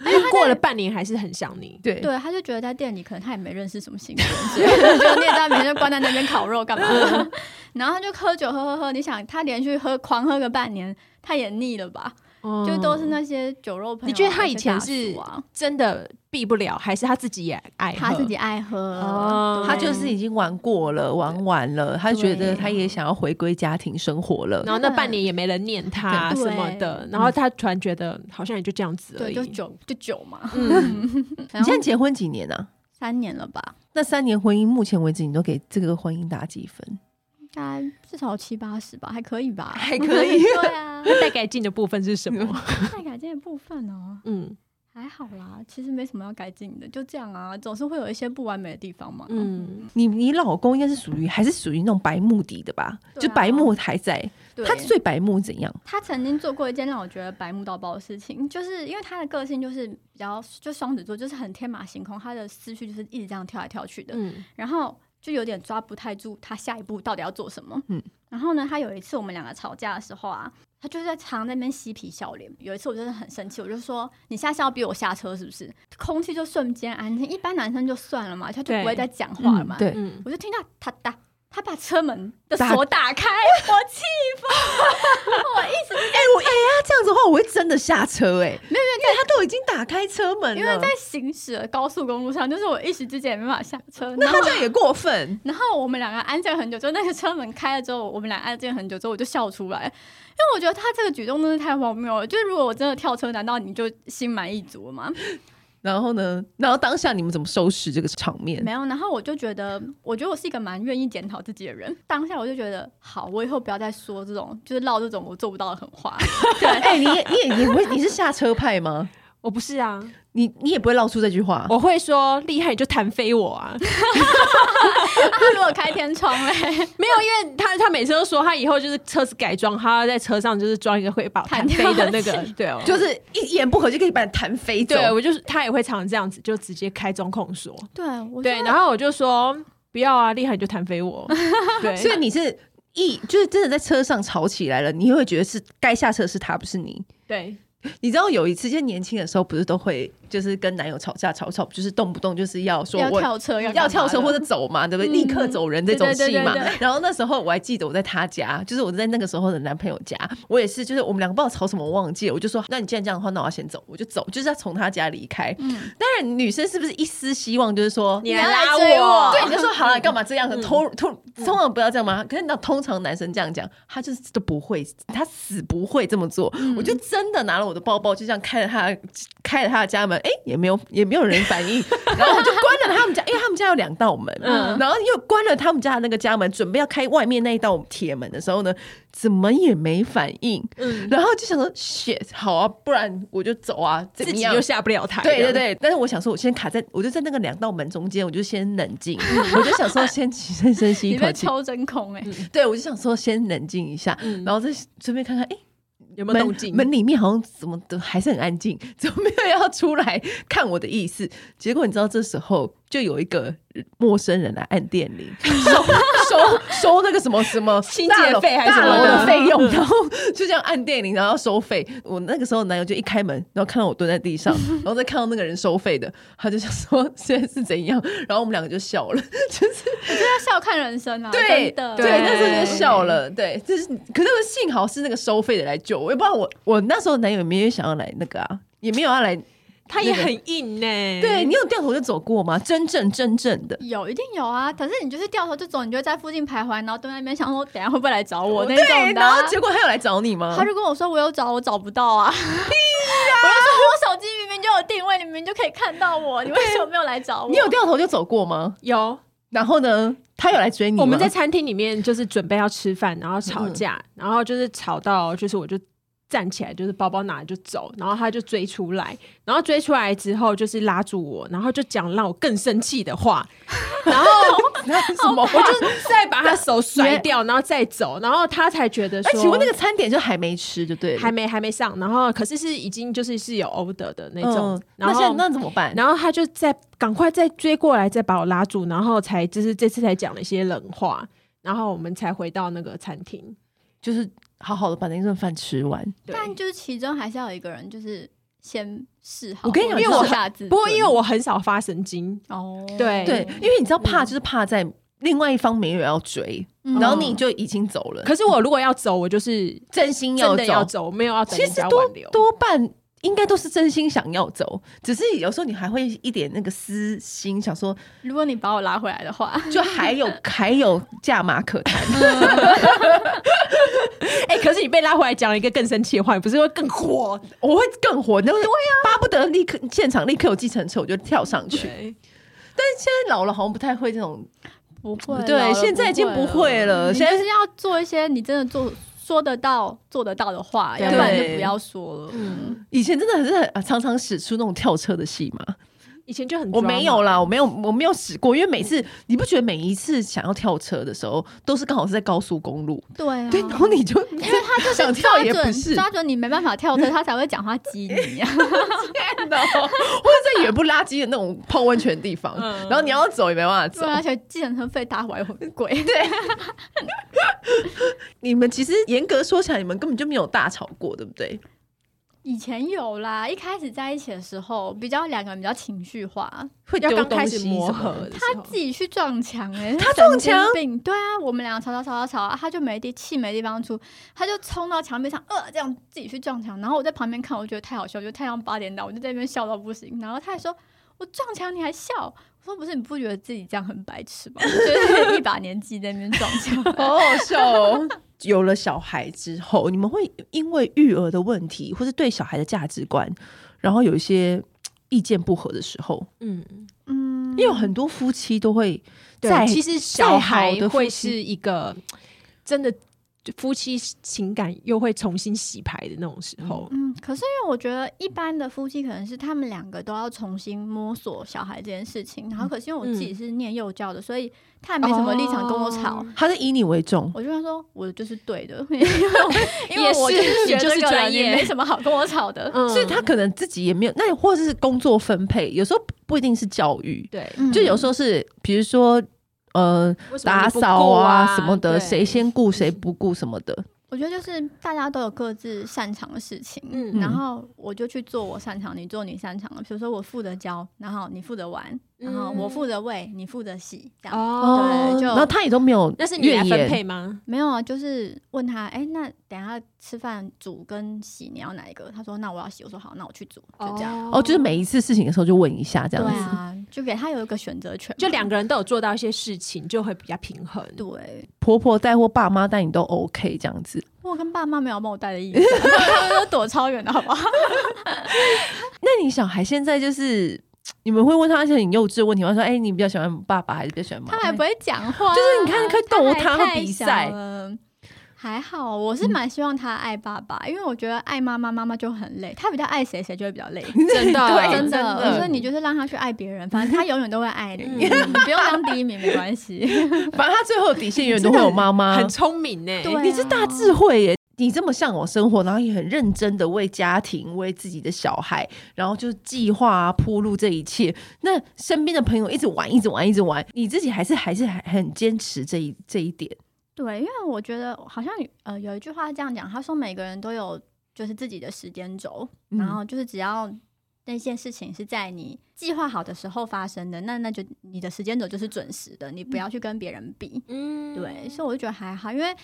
[SPEAKER 3] 哎
[SPEAKER 2] 过了半年还是很想你，
[SPEAKER 1] 对
[SPEAKER 3] 对，啊他就觉得在店里可能他也没认识什么新人，所以 *laughs* 就你也知道，每天就关在那边烤肉干嘛？
[SPEAKER 2] *laughs*
[SPEAKER 3] 然后他就喝酒喝喝喝，你想他连续喝狂喝个半年，他也腻了吧？
[SPEAKER 2] 哦
[SPEAKER 3] 就都是那些酒肉
[SPEAKER 2] 嗯
[SPEAKER 3] 朋友啊。
[SPEAKER 2] 你觉得他
[SPEAKER 3] 那些
[SPEAKER 2] 以前
[SPEAKER 3] 大叔
[SPEAKER 2] 是
[SPEAKER 3] 啊，
[SPEAKER 2] 真的避不了，还是他自己也爱
[SPEAKER 3] 他
[SPEAKER 2] 喝
[SPEAKER 3] 自己爱喝啊
[SPEAKER 2] 哦，
[SPEAKER 1] 他就是已经玩过了，玩完了，他觉得
[SPEAKER 3] 对
[SPEAKER 1] 他也想要回归家庭生活了。
[SPEAKER 2] 然后那半年也没人念他
[SPEAKER 3] 对
[SPEAKER 2] 什么的，然后他突然觉得好像也就这样子而
[SPEAKER 3] 对，
[SPEAKER 2] 已。
[SPEAKER 3] 就酒就酒嘛。
[SPEAKER 2] 嗯，
[SPEAKER 1] 你
[SPEAKER 3] *laughs* 然后
[SPEAKER 1] 现在结婚几年啊？
[SPEAKER 3] 三年了吧，
[SPEAKER 1] 那三年婚姻，目前为止你都给这个婚姻打几分？
[SPEAKER 3] 应该至少七八十吧，还可以吧，
[SPEAKER 1] 还可以 *laughs*
[SPEAKER 3] 对啊，
[SPEAKER 2] 那待改进的部分是什么？
[SPEAKER 3] 待改进的部分呢、
[SPEAKER 2] 嗯
[SPEAKER 3] 还好啦，其实没什么要改进的，就这样啊，总是会有一些不完美的地方嘛。
[SPEAKER 2] 嗯，
[SPEAKER 1] 你你老公应该是属于还是属于那种白目底的吧？
[SPEAKER 3] 对啊
[SPEAKER 1] 就白目还在，
[SPEAKER 3] 对，
[SPEAKER 1] 他最白目怎样？
[SPEAKER 3] 他曾经做过一件让我觉得白目到爆的事情，就是因为他的个性就是比较就双子座，就是很天马行空，他的思绪就是一直这样跳来跳去的，
[SPEAKER 2] 嗯
[SPEAKER 3] 然后就有点抓不太住他下一步到底要做什么。
[SPEAKER 1] 嗯
[SPEAKER 3] 嗯，然后呢，他有一次我们两个吵架的时候啊，他就是在常在那边嬉皮笑脸。有一次我真的很生气，我就说：“你下次要逼我下车是不是？”空气就瞬间安静，一般男生就算了嘛，他就
[SPEAKER 2] 对
[SPEAKER 3] 不会再讲话了
[SPEAKER 1] 嗯
[SPEAKER 3] 嘛。
[SPEAKER 1] 对，
[SPEAKER 2] 嗯，
[SPEAKER 3] 我就听到他打，他把车门的
[SPEAKER 1] 打
[SPEAKER 3] 锁打开，我 *laughs* 气疯了，我一直
[SPEAKER 1] 哎、我哎呀、这样子的话，我会真的下车哎、没有，因为他都已经打开车门了，
[SPEAKER 3] 因为在行驶的高速公路上，就是我一时之间也没办法下 *laughs* 车。
[SPEAKER 1] 那
[SPEAKER 3] 然
[SPEAKER 1] 他
[SPEAKER 3] 后
[SPEAKER 1] 这样也过分。
[SPEAKER 3] 然后我们两个安静很久，之后那个车门开了之后，我们俩安静很久之后，我就笑出来，因为我觉得他这个举动真是太荒谬了。就是如果我真的跳车，难道你就心满意足了吗？
[SPEAKER 1] 然后呢，然后当下你们怎么收拾这个场面
[SPEAKER 3] 没？有。然后我就觉得，我觉得我是一个蛮愿意检讨自己的人。当下我就觉得，好，我以后不要再说这种，就是唠这种我做不到的狠
[SPEAKER 1] *laughs*
[SPEAKER 3] 话。
[SPEAKER 1] 哎、你也你也你会你是下车派吗？
[SPEAKER 2] 我不是啊，
[SPEAKER 1] 你你也不会唠出这句话，
[SPEAKER 3] 哦
[SPEAKER 2] 我会说厉害你就弹飞我啊，
[SPEAKER 3] 他如果开天窗哎嘞，
[SPEAKER 2] 没有，因为他他每次都说他以后就是车子改装，他要在车上就是装一个会把我弹飞的
[SPEAKER 1] *laughs*
[SPEAKER 2] 那个
[SPEAKER 3] 弹，
[SPEAKER 2] 对哦，
[SPEAKER 1] 就是一言不合就可以把你弹飞走。
[SPEAKER 3] 啊
[SPEAKER 2] 对我就是他也会常这样子，就直接开中控
[SPEAKER 1] *laughs*
[SPEAKER 2] 说，
[SPEAKER 3] 对，我
[SPEAKER 2] 对，然后我就说不要啊，厉害你就弹
[SPEAKER 1] *laughs*
[SPEAKER 2] 飞我，对，
[SPEAKER 1] 所以你是一就是真的在车上吵起来了，你会觉得是该下车的是他，不是你。
[SPEAKER 2] 对，
[SPEAKER 1] 你知道有一次，就年轻的时候，不是都会就是跟男友吵架，吵吵就是动不动就是要说
[SPEAKER 3] 要
[SPEAKER 1] 我
[SPEAKER 3] 跳车，
[SPEAKER 1] 要跳车或
[SPEAKER 3] 者
[SPEAKER 1] 者走嘛，对不对？立刻走人这种戏嘛
[SPEAKER 3] 嗯对对对对。
[SPEAKER 1] 然后那时候我还记得我在他家，就是我在那个时候的男朋友家，我也是，就是我们两个不知道吵什么，我忘记了。我就说，那你既然这样的话，那我要先走，我就走，就是要从他家离开。
[SPEAKER 3] 嗯
[SPEAKER 1] 当然，女生是不是一丝希望就是说
[SPEAKER 2] 你
[SPEAKER 3] 来
[SPEAKER 2] 拉
[SPEAKER 3] 拉追
[SPEAKER 2] 哦
[SPEAKER 3] 我
[SPEAKER 1] 对，你就说
[SPEAKER 2] 嗯
[SPEAKER 1] 好了，干嘛这样？通通通常不要这样嘛。可是你知道，通常男生这样讲，他就是都不会，他死不会这么做。
[SPEAKER 2] 嗯
[SPEAKER 1] 我就真的拿了我的包包，就这样开着他的开着他的家门，哎，也没有也没有人反应， *laughs* 然后我就关了他们家，因为他们家有两道门，
[SPEAKER 2] 嗯
[SPEAKER 1] 然后又关了他们家的那个家门，准备要开外面那一道铁门的时候呢，怎么也没反应。
[SPEAKER 2] 嗯，
[SPEAKER 1] 然后就想说，shit，好啊，不然我就走啊，怎
[SPEAKER 2] 自
[SPEAKER 1] 么
[SPEAKER 2] 己
[SPEAKER 1] 样
[SPEAKER 2] 又？下不了台，
[SPEAKER 1] 对对，对，但是我想说，我先卡在，我就在那个两道门中间，我就先冷
[SPEAKER 3] *laughs*
[SPEAKER 1] 静，我就想说先深深吸一
[SPEAKER 3] 你
[SPEAKER 1] 口
[SPEAKER 3] 被
[SPEAKER 1] 气，
[SPEAKER 3] 抽真空哎、
[SPEAKER 1] 对我就想说先冷静一下，
[SPEAKER 2] 嗯
[SPEAKER 1] 然后再顺便看看，哎、
[SPEAKER 2] 有没有动
[SPEAKER 1] 门
[SPEAKER 2] 静？
[SPEAKER 1] 门里面好像怎么的还是很安静， *laughs* 怎么没有要出来看我的意思？结果你知道这时候就有一个陌生人来按电铃，收 *laughs* 收收那个什么什么
[SPEAKER 2] 清洁
[SPEAKER 1] 大楼
[SPEAKER 2] 费还是什
[SPEAKER 1] 大
[SPEAKER 2] 么
[SPEAKER 1] 楼
[SPEAKER 2] 的
[SPEAKER 1] 的费用，然后就这样按电铃，然后要收费。我那个时候男友就一开门，然后看到我蹲在地上，然后再看到那个人收费的，他就想说 *laughs* 现在是怎样，然后我们两个就笑了，就是
[SPEAKER 3] 要笑看人生啊，
[SPEAKER 1] 对
[SPEAKER 3] 真的
[SPEAKER 1] 对，那时候就
[SPEAKER 2] 对
[SPEAKER 1] 笑了。对，就是可是我幸好是那个收费的来救我，要不然我我那时候男友也没有想要来那个啊，也没有要来。
[SPEAKER 3] 嗯
[SPEAKER 2] 他也很硬呢、
[SPEAKER 1] 对你有掉头就走过吗？真正真正的。
[SPEAKER 3] 有一定有啊，可是你就是掉头就走，你就会在附近徘徊，然后蹲在那边想说，等一下会不会来找我那
[SPEAKER 1] 对，
[SPEAKER 3] 种的
[SPEAKER 1] 然
[SPEAKER 3] 啊、
[SPEAKER 1] 后结果他有来找你吗
[SPEAKER 3] 他？就跟我说我有找，我找不到啊。 *laughs* 我就说我手机明明就有定位，你明明就可以看到我，你为什么没有来找我？
[SPEAKER 1] 你有掉头就走过吗？
[SPEAKER 2] 有，
[SPEAKER 1] 然后呢，他有来追你吗？嗯
[SPEAKER 2] 我们在餐厅里面就是准备要吃饭，然后吵架，然后就是吵到就是我就站起来，就是包包拿就走，然后他就追出来，然后追出来之后就是拉住我，然后就讲让我更生气的话， *laughs* 然后
[SPEAKER 1] *laughs* 什么？
[SPEAKER 2] 我就再把他手甩掉，然后再走，然后他才觉得
[SPEAKER 1] 哎，
[SPEAKER 2] 说，
[SPEAKER 1] 请问那个餐点就还没吃，就对了，
[SPEAKER 2] 还没还没上，然后可是是已经就是是有 order 的那种，
[SPEAKER 1] 嗯
[SPEAKER 2] 然
[SPEAKER 1] 那
[SPEAKER 2] 后
[SPEAKER 1] 现在那怎么办？
[SPEAKER 2] 然后他就再赶快再追过来，再把我拉住，然后才就是这次才讲了一些冷话，然后我们才回到那个餐厅。
[SPEAKER 1] 就是好好的把那顿饭吃完。
[SPEAKER 2] 对，
[SPEAKER 3] *laughs* 但就是其中还是要有一个人，就是先试好。
[SPEAKER 1] 我跟你讲
[SPEAKER 3] 因为
[SPEAKER 1] 就是
[SPEAKER 3] 我下自尊
[SPEAKER 2] 不过因为我很少发神经，
[SPEAKER 3] 哦，
[SPEAKER 2] 对
[SPEAKER 1] 对，因为你知道怕就是怕在另外一方没有要追，
[SPEAKER 3] 嗯
[SPEAKER 1] 然后你就已经走了，
[SPEAKER 2] 可是我如果要走，我就是
[SPEAKER 1] 真心
[SPEAKER 2] 真
[SPEAKER 1] 要
[SPEAKER 2] 的要
[SPEAKER 1] 走，
[SPEAKER 2] 走，没有要等
[SPEAKER 1] 其
[SPEAKER 2] 人
[SPEAKER 1] 实
[SPEAKER 2] 家
[SPEAKER 1] 多
[SPEAKER 2] 挽留。
[SPEAKER 1] 多半应该都是真心想要走，只是有时候你还会一点那个私心，想说
[SPEAKER 3] 如果你把我拉回来的话， *laughs*
[SPEAKER 1] 就还
[SPEAKER 2] *laughs*
[SPEAKER 1] 有还有价码可谈。
[SPEAKER 2] 哎、可是你被拉回来讲了一个更生气的话，你不是会更火？
[SPEAKER 1] 我会更火，那对呀、巴不得立刻现场立刻有计程车，我就跳上去。现
[SPEAKER 2] 对，
[SPEAKER 1] 在老了好像不太会这种，
[SPEAKER 3] 不会，
[SPEAKER 1] 对，现在已经不会了。
[SPEAKER 3] 了。
[SPEAKER 1] 现
[SPEAKER 3] 现在
[SPEAKER 1] 在
[SPEAKER 3] 是要做一些你真的做说得到、做得到的话，
[SPEAKER 2] 对
[SPEAKER 3] 要不然就不要说了。嗯，
[SPEAKER 1] 以前真的是很常常使出那种跳车的戏嘛。
[SPEAKER 2] 以前就很
[SPEAKER 1] 我
[SPEAKER 2] drama
[SPEAKER 1] 没有啦，我没有，我没有使过，因为每次你不觉得每一次想要跳车的时候，都是刚好是在高速公路，
[SPEAKER 3] 对
[SPEAKER 2] 嗯
[SPEAKER 3] 啊，
[SPEAKER 1] 对，然后你就因为他就是想跳
[SPEAKER 3] 抓
[SPEAKER 1] 也不
[SPEAKER 3] 准
[SPEAKER 1] 是，
[SPEAKER 3] 抓准你没办法跳车，他才会讲话
[SPEAKER 1] *laughs*
[SPEAKER 3] 激你啊。
[SPEAKER 1] 看到，或者在远不拉几的那种泡温泉的地方，
[SPEAKER 2] 嗯
[SPEAKER 1] 然后你要走也没办法走
[SPEAKER 3] 对。
[SPEAKER 1] *laughs*
[SPEAKER 3] 啊，而且计程车费搭回来很贵。
[SPEAKER 1] 你们其实严格说起来，你们根本就没有大吵过，对不对？
[SPEAKER 3] 以前有啦，一开始在一起的时候，比较两个人比较情绪化，
[SPEAKER 1] 会
[SPEAKER 2] 要
[SPEAKER 1] 丢
[SPEAKER 2] 刚
[SPEAKER 1] 东
[SPEAKER 2] 开
[SPEAKER 1] 西
[SPEAKER 2] 始磨
[SPEAKER 1] 什么
[SPEAKER 2] 合
[SPEAKER 1] 的，
[SPEAKER 2] 的时
[SPEAKER 3] 他
[SPEAKER 2] 候
[SPEAKER 3] 自己去撞墙哎、欸，
[SPEAKER 1] 他
[SPEAKER 3] 他
[SPEAKER 1] 撞墙
[SPEAKER 3] 病，对啊，我们俩吵吵吵吵吵，啊他就没地气没地方出，他就冲到墙壁上，呃，这样自己去撞墙，然后我在旁边看，我觉得太好笑，就太阳八点档，我就在那边笑到不行，然后他还说。我撞墙你还笑？我说不是，你不觉得自己这样很白痴吗？就是一把年纪在那边撞墙，
[SPEAKER 1] 好好笑哦。有了小孩之后，你们会因为育儿的问题，或是对小孩的价值观，然后有一些嘖意见不合的时候，
[SPEAKER 2] 嗯，
[SPEAKER 3] 嗯，
[SPEAKER 1] 因为有很多夫妻都会在
[SPEAKER 2] 对，其实小
[SPEAKER 1] 再
[SPEAKER 2] 孩
[SPEAKER 1] 好的夫妻
[SPEAKER 2] 会是一个真的夫妻情感又会重新洗牌的那种时候。
[SPEAKER 3] 嗯，可是因为我觉得一般的夫妻可能是他们两个都要重新摸索小孩这件事情，然后
[SPEAKER 2] 嗯
[SPEAKER 3] 可是因为我自己是念幼教的，所以他也没什么立场跟我吵。
[SPEAKER 2] 哦
[SPEAKER 1] 他是以你为重，
[SPEAKER 3] 我就跟他说，我就是对
[SPEAKER 2] *laughs*
[SPEAKER 3] 的，因为我因为我
[SPEAKER 2] 也是
[SPEAKER 3] 学
[SPEAKER 2] 你就是
[SPEAKER 3] 这个
[SPEAKER 2] 专
[SPEAKER 3] 人，
[SPEAKER 2] 业
[SPEAKER 3] 也没什么好跟我吵的。
[SPEAKER 2] 嗯
[SPEAKER 1] 所以他可能自己也没有，那或者是工作分配，有时候不一定是教育，
[SPEAKER 2] 对，
[SPEAKER 3] 嗯
[SPEAKER 1] 就有时候是比如说呃
[SPEAKER 2] 为什么
[SPEAKER 1] 打
[SPEAKER 2] 你不
[SPEAKER 1] 扫
[SPEAKER 2] 够
[SPEAKER 1] 啊
[SPEAKER 2] 啊
[SPEAKER 1] 什么的，
[SPEAKER 2] 对
[SPEAKER 1] 谁先顾谁不顾什么的，
[SPEAKER 3] 我觉得就是大家都有各自擅长的事情，
[SPEAKER 2] 嗯
[SPEAKER 3] 然后我就去做我擅长，你做你擅长的。比如说我负责教，然后你负责玩，然后
[SPEAKER 2] 嗯
[SPEAKER 3] 我负责喂，你负责洗，这样。
[SPEAKER 2] 哦，
[SPEAKER 3] 对就
[SPEAKER 1] 然后他也都没有
[SPEAKER 2] 那是你来
[SPEAKER 1] 怨
[SPEAKER 2] 分
[SPEAKER 1] 言，
[SPEAKER 2] 配吗？
[SPEAKER 3] 没有啊，就是问他，哎、那等一下吃饭煮跟洗你要哪一个？他说那我要洗，我说好，那我去煮，就这样。
[SPEAKER 1] 哦，就是每一次事情的时候就问一下这
[SPEAKER 3] 对
[SPEAKER 1] 样子，
[SPEAKER 3] 啊，就给他有一个选择权嘛，
[SPEAKER 2] 就两个人都有做到一些事情，就会比较平衡。
[SPEAKER 3] 对。
[SPEAKER 1] 婆婆带或爸妈带你都 OK 这样子。
[SPEAKER 3] 我跟爸妈没有帮我带的意思，啊他们都躲超远的，好不好？
[SPEAKER 1] 那你小孩现在就是你们会问他一些很幼稚的问题吗？说哎、你比较喜欢爸爸还是比较喜欢妈
[SPEAKER 3] 他还不
[SPEAKER 1] 妈？
[SPEAKER 3] 会讲话，啊
[SPEAKER 1] 就是你看可以逗他
[SPEAKER 3] 还太
[SPEAKER 1] 比
[SPEAKER 3] 小
[SPEAKER 1] 赛嗯
[SPEAKER 3] 了还好，我是蛮希望他爱爸爸，因为我觉得爱妈妈，妈妈就很累。他比较爱谁，谁就会比较累。
[SPEAKER 2] 真的
[SPEAKER 1] *laughs* *laughs* 对
[SPEAKER 3] 真
[SPEAKER 1] 真
[SPEAKER 3] 的，
[SPEAKER 1] 的
[SPEAKER 3] 我说你就是让他去爱别人，反正他永远都会
[SPEAKER 1] *laughs*
[SPEAKER 3] 爱你，你
[SPEAKER 2] 嗯
[SPEAKER 3] 不用当第一名没关系。
[SPEAKER 1] 反正他最后的底线永远都会有妈妈
[SPEAKER 2] 很。聪明呢。
[SPEAKER 3] 对啊
[SPEAKER 1] 你是大智慧耶！你这么向往生活，然后也很认真的为家庭、为自己的小孩，然后就计划啊、铺路这一切。那身边的朋友一直玩、一直玩、一直玩，你自己还是还是还很坚持这一这一点。
[SPEAKER 3] 对，因为我觉得好像呃有一句话这样讲，他说每个人都有就是自己的时间轴，
[SPEAKER 1] 嗯
[SPEAKER 3] 然后就是只要那件事情是在你计划好的时候发生的，那那就你的时间轴就是准时的，你不要去跟别人比。
[SPEAKER 2] 嗯
[SPEAKER 3] 对，所以我就觉得还好，因为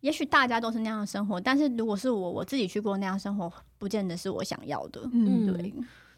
[SPEAKER 3] 也许大家都是那样的生活，但是如果是我我自己去过那样生活，不见得是我想要的。
[SPEAKER 1] 嗯，
[SPEAKER 2] 嗯
[SPEAKER 3] 对，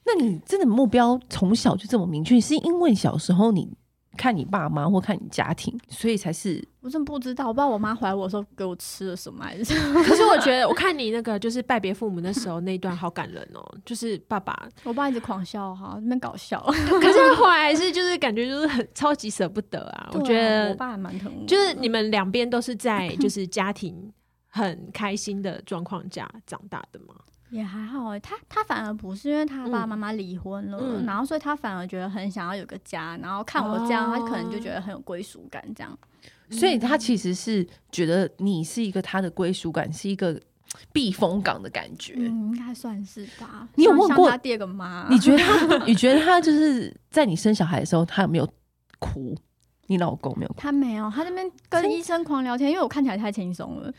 [SPEAKER 1] 那你真的目标从小就这么明确，是因为小时候你看你爸妈或看你家庭，所以才是
[SPEAKER 3] 我真的不知道，我不知道我妈怀我的时候给我吃了什么 *laughs* 还是，
[SPEAKER 2] 嗯可是我觉得，我看你那个就是拜别父母那时候那一段好感人哦，就是爸爸，
[SPEAKER 3] 我爸一直狂笑哈，那边搞笑。
[SPEAKER 2] 可是后来是就是感觉就是很超级舍不得啊。我觉
[SPEAKER 3] 对啊我
[SPEAKER 2] 得
[SPEAKER 3] 爸还蛮疼我的，
[SPEAKER 2] 就是你们两边都是在就是家庭很开心的状况下长大的嘛。
[SPEAKER 3] 也还好哎、他他反而不是，因为他爸爸
[SPEAKER 2] 嗯
[SPEAKER 3] 妈妈离婚了，
[SPEAKER 2] 嗯
[SPEAKER 3] 然后所以他反而觉得很想要有个家，然后看我这样，
[SPEAKER 2] 哦
[SPEAKER 3] 他可能就觉得很有归属感，这样
[SPEAKER 1] 所以
[SPEAKER 3] 嗯
[SPEAKER 1] 他其实是觉得你是一个他的归属感，是一个避风港的感觉。
[SPEAKER 3] 嗯，应该算是吧。
[SPEAKER 1] 你有
[SPEAKER 3] 像
[SPEAKER 1] 问
[SPEAKER 3] 像
[SPEAKER 1] 过
[SPEAKER 3] 他第二个
[SPEAKER 1] *laughs*
[SPEAKER 3] 妈？
[SPEAKER 1] 你觉得他？你觉得他就是在你生小孩的时候，他有没有哭？你老公没有哭？
[SPEAKER 3] 他没有，他那边
[SPEAKER 1] 真
[SPEAKER 3] 跟医生狂聊天，因为我看起来太轻松了。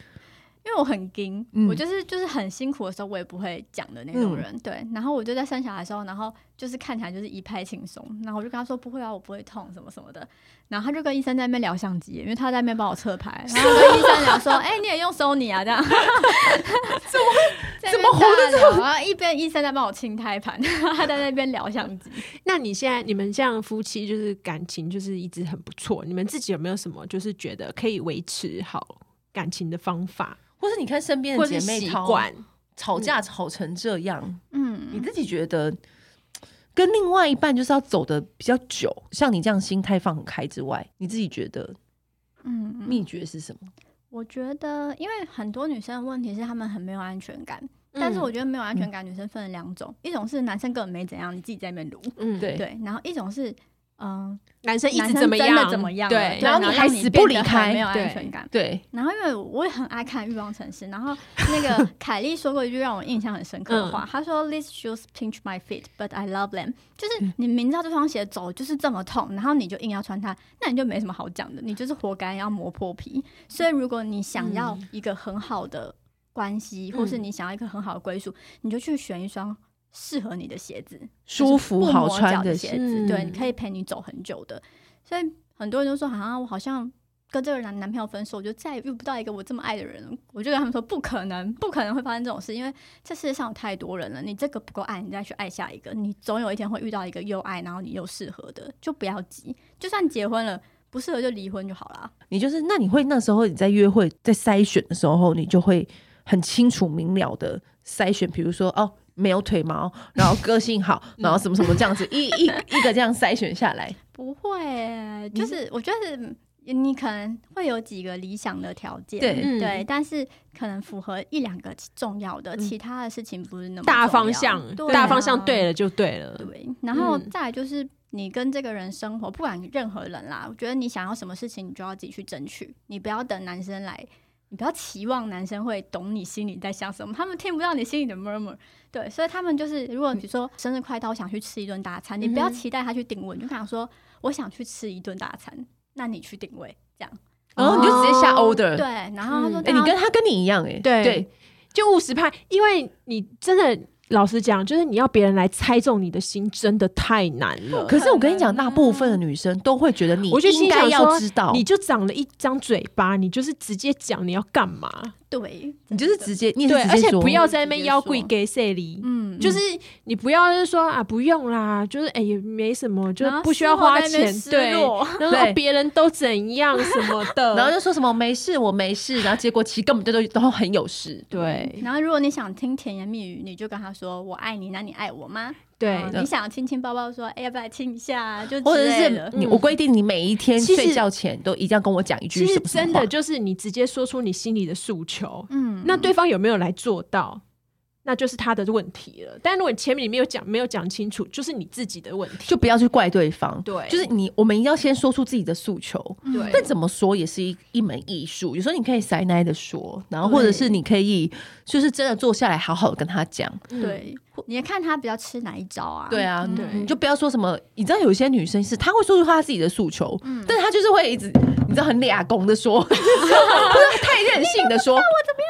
[SPEAKER 3] 因为我很硬，
[SPEAKER 1] 嗯
[SPEAKER 3] 我就是就是很辛苦的时候，我也不会讲的那种人。对，然后我就在生小孩的时候，然后就是看起来就是一派轻松，然后我就跟他说不会啊，我不会痛什么什么的。然后他就跟医生在那边聊相机，因为他在那边帮我测
[SPEAKER 1] *laughs*
[SPEAKER 3] 牌，然后我跟医生聊说， *laughs* 哎、你也用 Sony 啊这样，怎么 *laughs* 会
[SPEAKER 1] 怎么活得
[SPEAKER 3] 这样？然后一边医生在帮我清胎盘， *laughs* 他在那边聊相机。
[SPEAKER 2] 那你现在你们这样夫妻就是感情就是一直很不错，你们自己有没有什么就是觉得可以维持好感情的方法，
[SPEAKER 1] 或是你嗯看身边
[SPEAKER 2] 或
[SPEAKER 1] 的
[SPEAKER 2] 是
[SPEAKER 1] 姐妹
[SPEAKER 2] 习
[SPEAKER 1] 淘
[SPEAKER 2] 惯？
[SPEAKER 1] 吵架吵成这样，你
[SPEAKER 3] 嗯，
[SPEAKER 1] 自己觉得跟另外一半就是要走的比较久，像你这样心态放很开之外，你自己觉得
[SPEAKER 3] 嗯嗯，
[SPEAKER 1] 秘诀是什么？
[SPEAKER 3] 我觉得，因为很多女生的问题是她们很没有安全感，但
[SPEAKER 2] 嗯
[SPEAKER 3] 是我觉得没有安全感，女生分了两种，一种是男生根本没怎样，你自己在那边撸，
[SPEAKER 2] 嗯，
[SPEAKER 1] 对
[SPEAKER 3] 对，然后一种是嗯，
[SPEAKER 2] 男生一
[SPEAKER 3] 男
[SPEAKER 2] 直
[SPEAKER 3] 生
[SPEAKER 2] 怎么
[SPEAKER 3] 真
[SPEAKER 2] 样
[SPEAKER 3] 的怎么样了，啊
[SPEAKER 2] 对，
[SPEAKER 1] 然后你
[SPEAKER 3] 你
[SPEAKER 1] 还
[SPEAKER 3] 让
[SPEAKER 1] 死
[SPEAKER 3] 变
[SPEAKER 1] 不
[SPEAKER 3] 得
[SPEAKER 1] 离
[SPEAKER 3] 很
[SPEAKER 1] 开
[SPEAKER 3] 没有安
[SPEAKER 2] 对
[SPEAKER 3] 全感。
[SPEAKER 1] 对，
[SPEAKER 3] 然后因为我也很爱看《欲望城市》，然后那个凯莉说过一句让我印象很深刻的话，她说：“These shoes pinch my feet, but I love them。”就是你明知道这双鞋走就是这么痛，然后你就硬要穿它，那你就没什么好讲的，你就是活该要磨破皮。所以如果你想要一个很好的关系，或是
[SPEAKER 2] 嗯
[SPEAKER 3] 你想要一个很好的归属，你就去选一双。适合你的鞋子，
[SPEAKER 1] 舒服好
[SPEAKER 3] 就是不磨脚
[SPEAKER 1] 穿
[SPEAKER 3] 的
[SPEAKER 1] 的
[SPEAKER 3] 鞋
[SPEAKER 1] 鞋，
[SPEAKER 3] 子，
[SPEAKER 2] 嗯
[SPEAKER 3] 对，你可以陪你走很久的。所以很多人都说，好、像我好像跟这个男男朋友分手，我就再也遇不到一个我这么爱的人了。我就跟他们说，不可能，不可能会发生这种事，因为这世界上有太多人了。你这个不够爱，你再去爱下一个，你总有一天会遇到一个又爱，然后你又适合的，就不要急。就算结婚了，不适合就离婚就好啦。
[SPEAKER 1] 你就是那你会那时候你在约会在筛选的时候，你就会很清楚明了的筛选，比如说哦。没有腿毛，然后个性好，然后什么什么这样子，一一一个这样筛选下
[SPEAKER 2] *laughs*
[SPEAKER 1] 来，
[SPEAKER 3] 不会欸，就是我觉得你可能会有几个理想的条件，
[SPEAKER 1] 对
[SPEAKER 2] 嗯
[SPEAKER 3] 对，但是可能符合一两个重要的，
[SPEAKER 2] 嗯
[SPEAKER 3] 其他的事情不是那么
[SPEAKER 2] 大
[SPEAKER 3] 重要
[SPEAKER 2] 方向，
[SPEAKER 3] 对啊
[SPEAKER 2] 大方向对了就对了。
[SPEAKER 3] 对，然后
[SPEAKER 2] 嗯
[SPEAKER 3] 再来就是你跟这个人生活，不管任何人啦，我觉得你想要什么事情，你就要自己去争取，你不要等男生来，你不要期望男生会懂你心里在想什么，他们听不到你心里的 murmur。对，所以他们就是，如果比如说生日快到，我想去吃一顿大餐，你不要
[SPEAKER 2] 嗯嗯哼
[SPEAKER 3] 期待他去定位，你就跟他说我想去吃一顿大餐，那你去定位这样。
[SPEAKER 1] 然后你就直接下 order。
[SPEAKER 3] 对，然后他说
[SPEAKER 2] 嗯
[SPEAKER 1] 哎、
[SPEAKER 3] 那
[SPEAKER 1] 你跟他跟你一样哎、
[SPEAKER 2] 哦对就务实派，因为你真的老实讲，就是你要别人来猜中你的心，真的太难了。
[SPEAKER 1] 可是我跟你讲，
[SPEAKER 3] 可
[SPEAKER 1] 大
[SPEAKER 3] 能啊
[SPEAKER 1] 部分的女生都会觉得你
[SPEAKER 2] 嗯我就
[SPEAKER 1] 应
[SPEAKER 2] 心
[SPEAKER 1] 该
[SPEAKER 2] 想
[SPEAKER 1] 要
[SPEAKER 2] 说
[SPEAKER 1] 知道，
[SPEAKER 2] 你
[SPEAKER 1] 你
[SPEAKER 2] 就长了一张嘴巴，你就是直接讲你要干嘛，
[SPEAKER 3] 对，
[SPEAKER 1] 你就是直接，你也
[SPEAKER 2] 对，
[SPEAKER 1] 是
[SPEAKER 2] 而
[SPEAKER 1] 直接
[SPEAKER 2] 且
[SPEAKER 1] 说
[SPEAKER 2] 不要在那边
[SPEAKER 3] 直接
[SPEAKER 2] 妖
[SPEAKER 3] 说
[SPEAKER 2] 贵给谁离。
[SPEAKER 3] 嗯，
[SPEAKER 2] 就是你不要就是说啊，不用啦，就是哎、也没什么，就
[SPEAKER 3] 然
[SPEAKER 2] 是
[SPEAKER 3] 后
[SPEAKER 2] 不需要
[SPEAKER 3] 事后
[SPEAKER 2] 花
[SPEAKER 3] 在那边
[SPEAKER 2] 钱，
[SPEAKER 3] 失
[SPEAKER 2] 对，
[SPEAKER 3] 落
[SPEAKER 2] 然后
[SPEAKER 1] 对
[SPEAKER 2] 别人都怎样什么的，
[SPEAKER 1] *laughs* 然后就说什么没事，我没事，然后结果其实根本就都都很有事。
[SPEAKER 2] 对
[SPEAKER 3] 然后，如果你想听甜言蜜语，你就跟他说“我爱你”，那你爱我吗？
[SPEAKER 2] 对
[SPEAKER 3] 啊，你想亲亲抱抱，说“哎，要不要来亲一下啊”，就之
[SPEAKER 1] 或者
[SPEAKER 3] 类
[SPEAKER 1] 是
[SPEAKER 3] 的
[SPEAKER 1] 你，
[SPEAKER 2] 嗯
[SPEAKER 1] 我规定你每一天
[SPEAKER 2] 其实
[SPEAKER 1] 睡觉前都一定要跟我讲一句
[SPEAKER 2] 其实
[SPEAKER 1] 什么什
[SPEAKER 2] 真
[SPEAKER 1] 么话
[SPEAKER 2] 的，就是你直接说出你心里的诉求，
[SPEAKER 3] 嗯，
[SPEAKER 2] 那对方有没有来做到，那就是他的问题了。但如果你前面你没有讲，没有讲清楚，就是你自己的问题。
[SPEAKER 1] 就不要去怪对方。
[SPEAKER 2] 对
[SPEAKER 1] 就是你，我们一定要先说出自己的诉求。
[SPEAKER 3] 嗯
[SPEAKER 2] 对
[SPEAKER 1] 但怎么说也是一一门艺术，有时候你可以塞奶的说，然后或者是你可以就是真的坐下来好好的跟他讲。
[SPEAKER 2] 嗯，
[SPEAKER 3] 对，你看他比较吃哪一招啊？
[SPEAKER 1] 对啊，
[SPEAKER 3] 嗯
[SPEAKER 2] 对
[SPEAKER 1] 你就不要说什么，你知道有一些女生是她会说出她自己的诉求，
[SPEAKER 2] 嗯
[SPEAKER 1] 但她就是会一直你知道很俩公的说， *laughs* 不是太任性的
[SPEAKER 2] *laughs*
[SPEAKER 1] 说，我怎么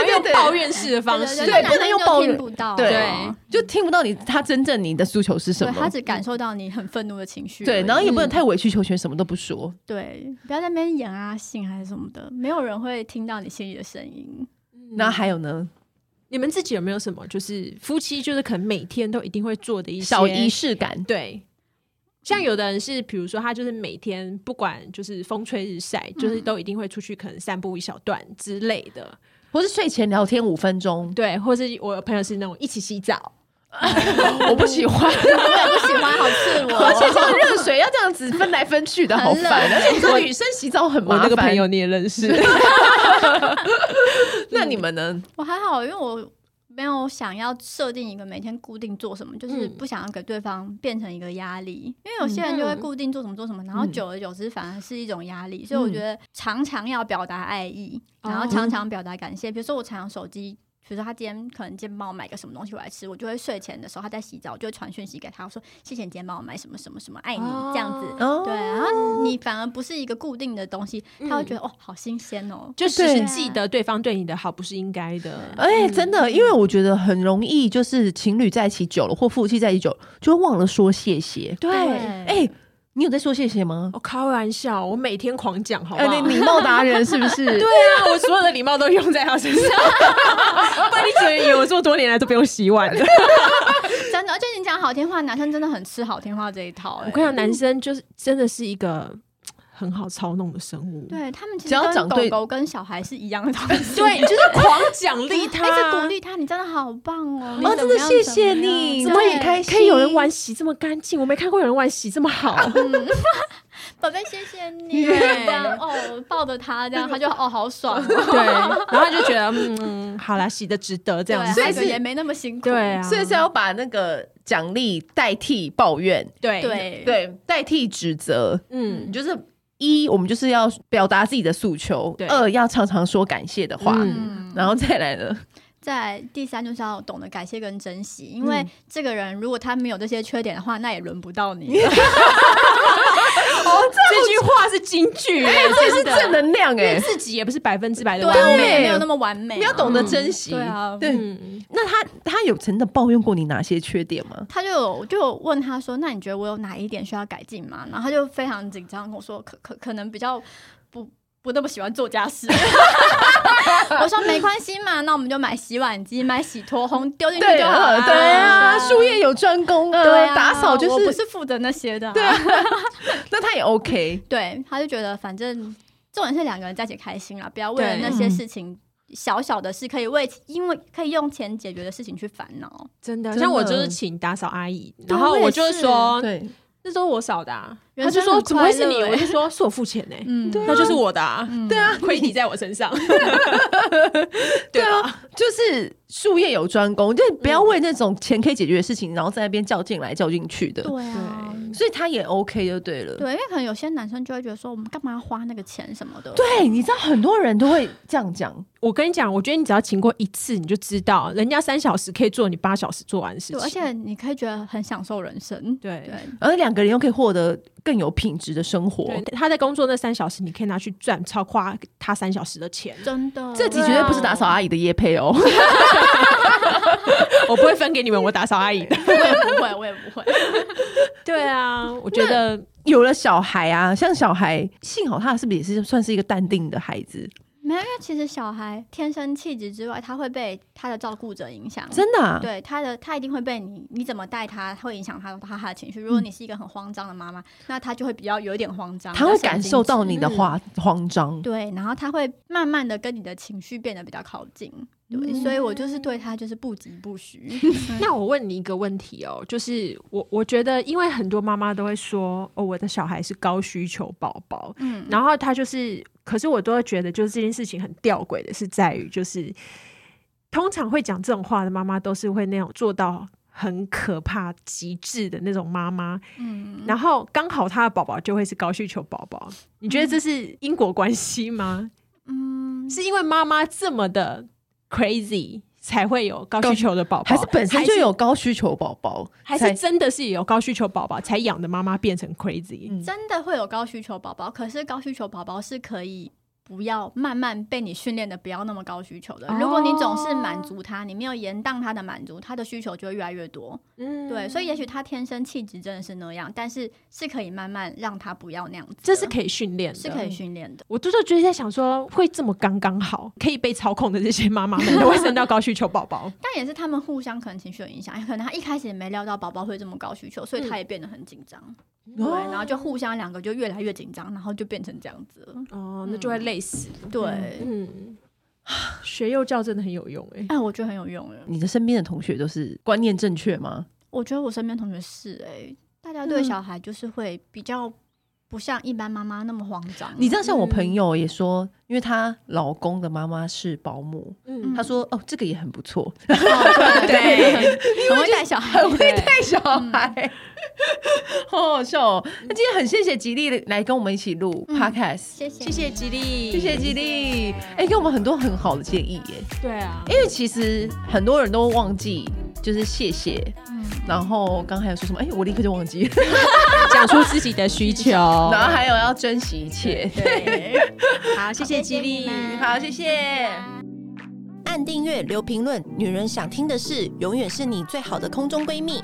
[SPEAKER 1] 样怎
[SPEAKER 2] 后用
[SPEAKER 1] 么样，对，你怎么会不知道？对对对，
[SPEAKER 2] 抱怨式的方式，
[SPEAKER 1] 对不能
[SPEAKER 3] 男生
[SPEAKER 1] 用
[SPEAKER 3] 就
[SPEAKER 1] 抱
[SPEAKER 3] 听
[SPEAKER 1] 怨
[SPEAKER 3] 不到啊，
[SPEAKER 1] 对
[SPEAKER 3] 对，
[SPEAKER 1] 就听不到你她真正你的诉求是什
[SPEAKER 3] 他
[SPEAKER 1] 么。
[SPEAKER 3] 只感受到你很愤怒的情绪而已。
[SPEAKER 1] 对，然后也不能
[SPEAKER 2] 嗯
[SPEAKER 1] 太委曲求全，什么都不说。
[SPEAKER 3] 对，不要在那边演啊、性还是什么的，没有人会听到你心里的声音。 *laughs*
[SPEAKER 2] 嗯
[SPEAKER 1] 然后还有呢，
[SPEAKER 2] 你们自己有没有什么就是夫妻就是可能每天都一定会做的一些
[SPEAKER 1] 小仪式感，
[SPEAKER 2] 对，像有的人是，比如说他就是每天不管就是风吹日晒，
[SPEAKER 1] 嗯
[SPEAKER 2] 就是都一定会出去可能散步一小段之类的，
[SPEAKER 1] 或是睡前聊天五分钟，
[SPEAKER 2] 对，或是我有朋友是那种一起洗澡，
[SPEAKER 1] 我不喜
[SPEAKER 2] *laughs*
[SPEAKER 1] 欢。
[SPEAKER 3] 我也不喜欢，好哦
[SPEAKER 1] *laughs*
[SPEAKER 3] 赤
[SPEAKER 1] 而且这
[SPEAKER 3] 裸。
[SPEAKER 1] 样热水要这样子分来分去的，好
[SPEAKER 3] 很
[SPEAKER 1] 烦。
[SPEAKER 3] 冷
[SPEAKER 1] 而且你知道女生洗澡很
[SPEAKER 2] 我
[SPEAKER 1] 麻
[SPEAKER 2] 那个朋
[SPEAKER 1] 烦。
[SPEAKER 2] 友你也认识，
[SPEAKER 1] 那你们呢？
[SPEAKER 3] 我还好，因为我没有想要设定一个每天固定做什么，就是
[SPEAKER 2] 嗯
[SPEAKER 3] 不想要给对方变成一个压力。因为有些人就会固定做什么做什么，然
[SPEAKER 2] 嗯
[SPEAKER 3] 后久而久之反而是一种压力。所以我觉得常常要表达爱意，然后
[SPEAKER 2] 哦
[SPEAKER 3] 常常表达感谢。比如说我常常手机。比如说他今天可能今天帮我买个什么东西回来吃，我就会睡前的时候他在洗澡，我就会传讯息给他，我说谢谢你今天帮我买什么什么什么，爱你
[SPEAKER 2] 哦
[SPEAKER 3] 这样子。
[SPEAKER 1] 哦
[SPEAKER 3] 对，然后你反而不是一个固定的东西，他会
[SPEAKER 2] 嗯
[SPEAKER 3] 觉得、哦，好新鲜哦。
[SPEAKER 2] 就
[SPEAKER 1] 对
[SPEAKER 2] 是 *laughs* 记得对方对你的好不是应该的。
[SPEAKER 1] 嗯哎、真的，因为我觉得很容易，就是情侣在一起久了，或夫妻在一起久了，就会忘了说谢谢。
[SPEAKER 2] 对
[SPEAKER 1] 哎、你有在说谢谢吗？
[SPEAKER 2] 我开玩笑，我每天狂讲，好不
[SPEAKER 1] 呃
[SPEAKER 2] 好？
[SPEAKER 1] 你礼貌达人是不是？
[SPEAKER 2] 哦 *laughs* 对啊，我所有的礼貌都用在他身上， *laughs* 不然你以为我这么多年来都不用洗碗的。
[SPEAKER 3] *laughs* 真的，而且你讲好听话，男生真的很吃好听话这一套、哎
[SPEAKER 2] 我跟你讲，男生就是真的是一个很好操弄的生物，
[SPEAKER 3] 对他们其
[SPEAKER 1] 只
[SPEAKER 3] 实
[SPEAKER 1] 要长
[SPEAKER 3] 跟狗
[SPEAKER 1] 对啊
[SPEAKER 3] 狗跟小孩是一样的东
[SPEAKER 1] *laughs*
[SPEAKER 3] 西， *laughs*
[SPEAKER 2] 对，你就是狂奖励他，
[SPEAKER 3] 一
[SPEAKER 1] 哎
[SPEAKER 3] 直鼓励他，你真的好棒哦！
[SPEAKER 1] 哦，
[SPEAKER 3] 你怎
[SPEAKER 1] 真
[SPEAKER 3] 么
[SPEAKER 1] 的
[SPEAKER 3] 样
[SPEAKER 1] 谢谢你，
[SPEAKER 3] 怎
[SPEAKER 1] 怎
[SPEAKER 3] 么
[SPEAKER 1] 么
[SPEAKER 3] 样
[SPEAKER 1] 很开心？
[SPEAKER 2] 可以有人玩洗这么干净，我没看过有人玩洗这么好。
[SPEAKER 3] 宝贝，谢谢你，
[SPEAKER 1] *laughs* 对
[SPEAKER 3] 这样哦，抱着他这样，他就哦好
[SPEAKER 1] *laughs*
[SPEAKER 3] 爽、
[SPEAKER 2] *laughs*
[SPEAKER 3] 哦，
[SPEAKER 2] 对，然后就觉得嗯，好啦， *laughs* 洗的值得这样
[SPEAKER 3] 对，
[SPEAKER 2] 子。
[SPEAKER 1] 所以
[SPEAKER 3] 孩
[SPEAKER 1] 是
[SPEAKER 3] 子也没那么辛苦，
[SPEAKER 2] 对啊，
[SPEAKER 1] 所以是要把那个奖励代替抱怨，
[SPEAKER 2] 对，
[SPEAKER 3] 对
[SPEAKER 1] 对，代替指责，
[SPEAKER 2] 嗯
[SPEAKER 1] 你就是。一，我们就是要表达自己的诉求
[SPEAKER 2] 对；
[SPEAKER 1] 二，要常常说感谢的话，
[SPEAKER 2] 嗯
[SPEAKER 1] 然后再来呢，
[SPEAKER 3] 在第三就是要懂得感谢跟珍惜，因
[SPEAKER 1] 嗯
[SPEAKER 3] 为这个人如果他没有这些缺点的话，那也轮不
[SPEAKER 1] *laughs*
[SPEAKER 3] 到你。
[SPEAKER 2] 这句话是金句耶，
[SPEAKER 1] 这是
[SPEAKER 2] 真的
[SPEAKER 1] 正能量
[SPEAKER 2] 因为
[SPEAKER 1] 哎、
[SPEAKER 2] 自己也不是百分之百的
[SPEAKER 3] 对
[SPEAKER 2] 完
[SPEAKER 3] 啊，我
[SPEAKER 2] 美。
[SPEAKER 3] 们也没有那么完美啊、
[SPEAKER 1] 你要懂得珍惜。
[SPEAKER 3] 对啊
[SPEAKER 2] 嗯，
[SPEAKER 1] 那他他有真的抱怨过你哪些缺点吗？
[SPEAKER 3] 他就有就有问他说：“那你觉得我有哪一点需要改进吗？”然后他就非常紧张地跟我说：“可可可能比较不不那么喜欢做家
[SPEAKER 1] *laughs*
[SPEAKER 3] 事。”我说：“没关系嘛，那我们就买洗碗机、买洗脱烘丢进去就好了。”
[SPEAKER 1] 对啊，术业有专攻啊，
[SPEAKER 3] 对啊，
[SPEAKER 1] 打扫就
[SPEAKER 3] 我不
[SPEAKER 1] 是，
[SPEAKER 3] 是负责那些的啊、
[SPEAKER 1] 对啊，那他也 OK。
[SPEAKER 3] 对，他就觉得反正重点是两个人在一起开心啦，不要为了那些事情。小小的事可以为因为可以用钱解决的事情去烦恼，
[SPEAKER 2] 真的，
[SPEAKER 1] 真的
[SPEAKER 2] 像我就是请打扫阿姨，然
[SPEAKER 3] 对
[SPEAKER 2] 后我就是
[SPEAKER 3] 我
[SPEAKER 2] 说，
[SPEAKER 1] 对，
[SPEAKER 2] 那都是我扫的啊，
[SPEAKER 3] 人
[SPEAKER 2] 他
[SPEAKER 3] 生
[SPEAKER 2] 就
[SPEAKER 3] 很
[SPEAKER 2] 说怎么会是你？
[SPEAKER 3] 快乐欸
[SPEAKER 2] 我就说是我付钱呢，
[SPEAKER 3] 嗯，
[SPEAKER 1] 对啊
[SPEAKER 2] 那就是我的啊，
[SPEAKER 1] 对啊，
[SPEAKER 2] 亏你在我身 *laughs* 上，啊
[SPEAKER 1] 对
[SPEAKER 2] 对
[SPEAKER 1] 啊，就是术业有专攻，就不要为那种钱可以解决的事情，然后在那边较劲来较劲去的。
[SPEAKER 3] 对啊，
[SPEAKER 1] 所以他也 OK 就对了。
[SPEAKER 3] 对，因为可能有些男生就会觉得说，我们干嘛要花那个钱什么的？
[SPEAKER 1] 对，你知道很多人都会这样讲，
[SPEAKER 2] 我跟你讲，我觉得你只要请过一次，你就知道，人家三小时可以做你八小时做完的事
[SPEAKER 3] 对，
[SPEAKER 2] 情，
[SPEAKER 3] 而且你可以觉得很享受人生。
[SPEAKER 2] 对
[SPEAKER 3] 对，，
[SPEAKER 1] 而两个人又可以获得更有品质的生活。
[SPEAKER 2] 对，他在工作那三小时，你可以拿去赚超跨他三小时的钱 *laughs*
[SPEAKER 3] 真的，啊
[SPEAKER 1] 这集绝对不是打扫阿姨的夜配哦，
[SPEAKER 2] 我不会分给你们，我打扫阿姨的。
[SPEAKER 3] 我也不会，我也不会。
[SPEAKER 1] *laughs*
[SPEAKER 2] 对啊，我觉
[SPEAKER 1] *laughs*
[SPEAKER 2] 得
[SPEAKER 3] 嗯
[SPEAKER 1] 有了小孩啊，像小孩，幸好他是不是也是算是一个淡定的孩子？
[SPEAKER 3] 没有，因为其实小孩天生气质之外，他会被他的照顾者影响。
[SPEAKER 1] 真的、啊，
[SPEAKER 3] 对他的，他一定会被你你怎么带他，他会影响他他他的情绪。
[SPEAKER 1] 嗯
[SPEAKER 3] 如果你是一个很慌张的妈妈，那他就会比较有一点慌张，
[SPEAKER 1] 他
[SPEAKER 3] 比
[SPEAKER 1] 会
[SPEAKER 3] 较神
[SPEAKER 1] 感
[SPEAKER 3] 经
[SPEAKER 1] 受到
[SPEAKER 3] 质
[SPEAKER 1] 你的慌慌张。
[SPEAKER 3] 对，然后他会慢慢的跟你的情绪变得比较靠近。对，
[SPEAKER 1] 嗯
[SPEAKER 3] 所以我就是对他就是不疾不徐。
[SPEAKER 1] *laughs*
[SPEAKER 2] 那我问你一个问题哦，就是我我觉得，因为很多妈妈都会说，哦，我的小孩是高需求宝宝，
[SPEAKER 3] 嗯，
[SPEAKER 2] 然后他就是，可是我都会觉得，就是这件事情很吊诡的是在于，就是通常会讲这种话的妈妈，都是会那种做到很可怕极致的那种妈妈，
[SPEAKER 3] 嗯，
[SPEAKER 2] 然后刚好他的宝宝就会是高需求宝宝，你觉得这是因果关系吗？
[SPEAKER 3] 嗯，
[SPEAKER 2] 是因为妈妈这么的 crazy 才会有高需求的宝宝，
[SPEAKER 1] 还是本身就有高需求宝宝，
[SPEAKER 2] 还是，还
[SPEAKER 1] 才
[SPEAKER 2] 是真的是有高需求宝宝才养的妈妈变成 crazy？、
[SPEAKER 1] 嗯
[SPEAKER 3] 真的会有高需求宝宝，可是高需求宝宝是可以不要慢慢被你训练的不要那么高需求
[SPEAKER 2] 哦
[SPEAKER 3] 的。如果你总是满足他，你没有延宕他的满足，他的需求就会越来越多。
[SPEAKER 2] 嗯
[SPEAKER 3] 对，所以也许他天生气质真的是那样，但是是可以慢慢让他不要那样子的，
[SPEAKER 2] 这是可以训练的，
[SPEAKER 3] 是可以训练的。
[SPEAKER 2] 我就是就是在想说，会这么刚刚好，可以被操控的这些妈妈们都会生到高需求宝宝。
[SPEAKER 3] 但也是他们互相可能情绪有影响，可能他一开始也没料到宝宝会这么高需求，所
[SPEAKER 2] 嗯
[SPEAKER 3] 以他也变得很紧张， *laughs* 对，
[SPEAKER 1] 哦
[SPEAKER 3] 然后就互相两个就越来越紧张，然后就变成这样子了，
[SPEAKER 2] 哦，那就会累死。
[SPEAKER 3] 对，
[SPEAKER 2] 嗯，学幼教真的很有用哎、
[SPEAKER 3] 哎，我觉得很有用哎，
[SPEAKER 1] 你的身边的同学都是观念正确吗？
[SPEAKER 3] 我觉得我身边同学是哎、大家对
[SPEAKER 2] 嗯
[SPEAKER 3] 小孩就是会比较不像一般妈妈那么慌张。
[SPEAKER 1] 你知道，像我朋友也说，因为她老公的妈妈是保姆，
[SPEAKER 2] 嗯
[SPEAKER 1] 她说哦，这个也很不错，
[SPEAKER 3] 哦 *laughs*
[SPEAKER 2] *laughs*
[SPEAKER 3] 对对，很会带小孩，
[SPEAKER 1] 很会带小孩，嗯好好笑哦。那今天很谢谢吉利来跟我们一起录
[SPEAKER 3] 嗯
[SPEAKER 1] podcast，
[SPEAKER 3] 谢谢
[SPEAKER 2] 谢谢吉利，
[SPEAKER 1] 谢谢吉利，哎，给我们很多很好的建议耶。
[SPEAKER 2] 对啊，
[SPEAKER 1] 因为其实很多人都忘记，就是谢谢，
[SPEAKER 3] 嗯，
[SPEAKER 1] 然后刚才有说什么，哎，我立刻就忘记了，
[SPEAKER 2] 讲出自己的需
[SPEAKER 3] *laughs*
[SPEAKER 2] 求，
[SPEAKER 1] 然后还有要珍惜一切。
[SPEAKER 3] 对，
[SPEAKER 2] 好，谢谢吉利
[SPEAKER 3] 谢谢你们
[SPEAKER 1] 好，谢谢。
[SPEAKER 4] 按订阅，留评论，女人想听的事，永远是你最好的空中闺蜜。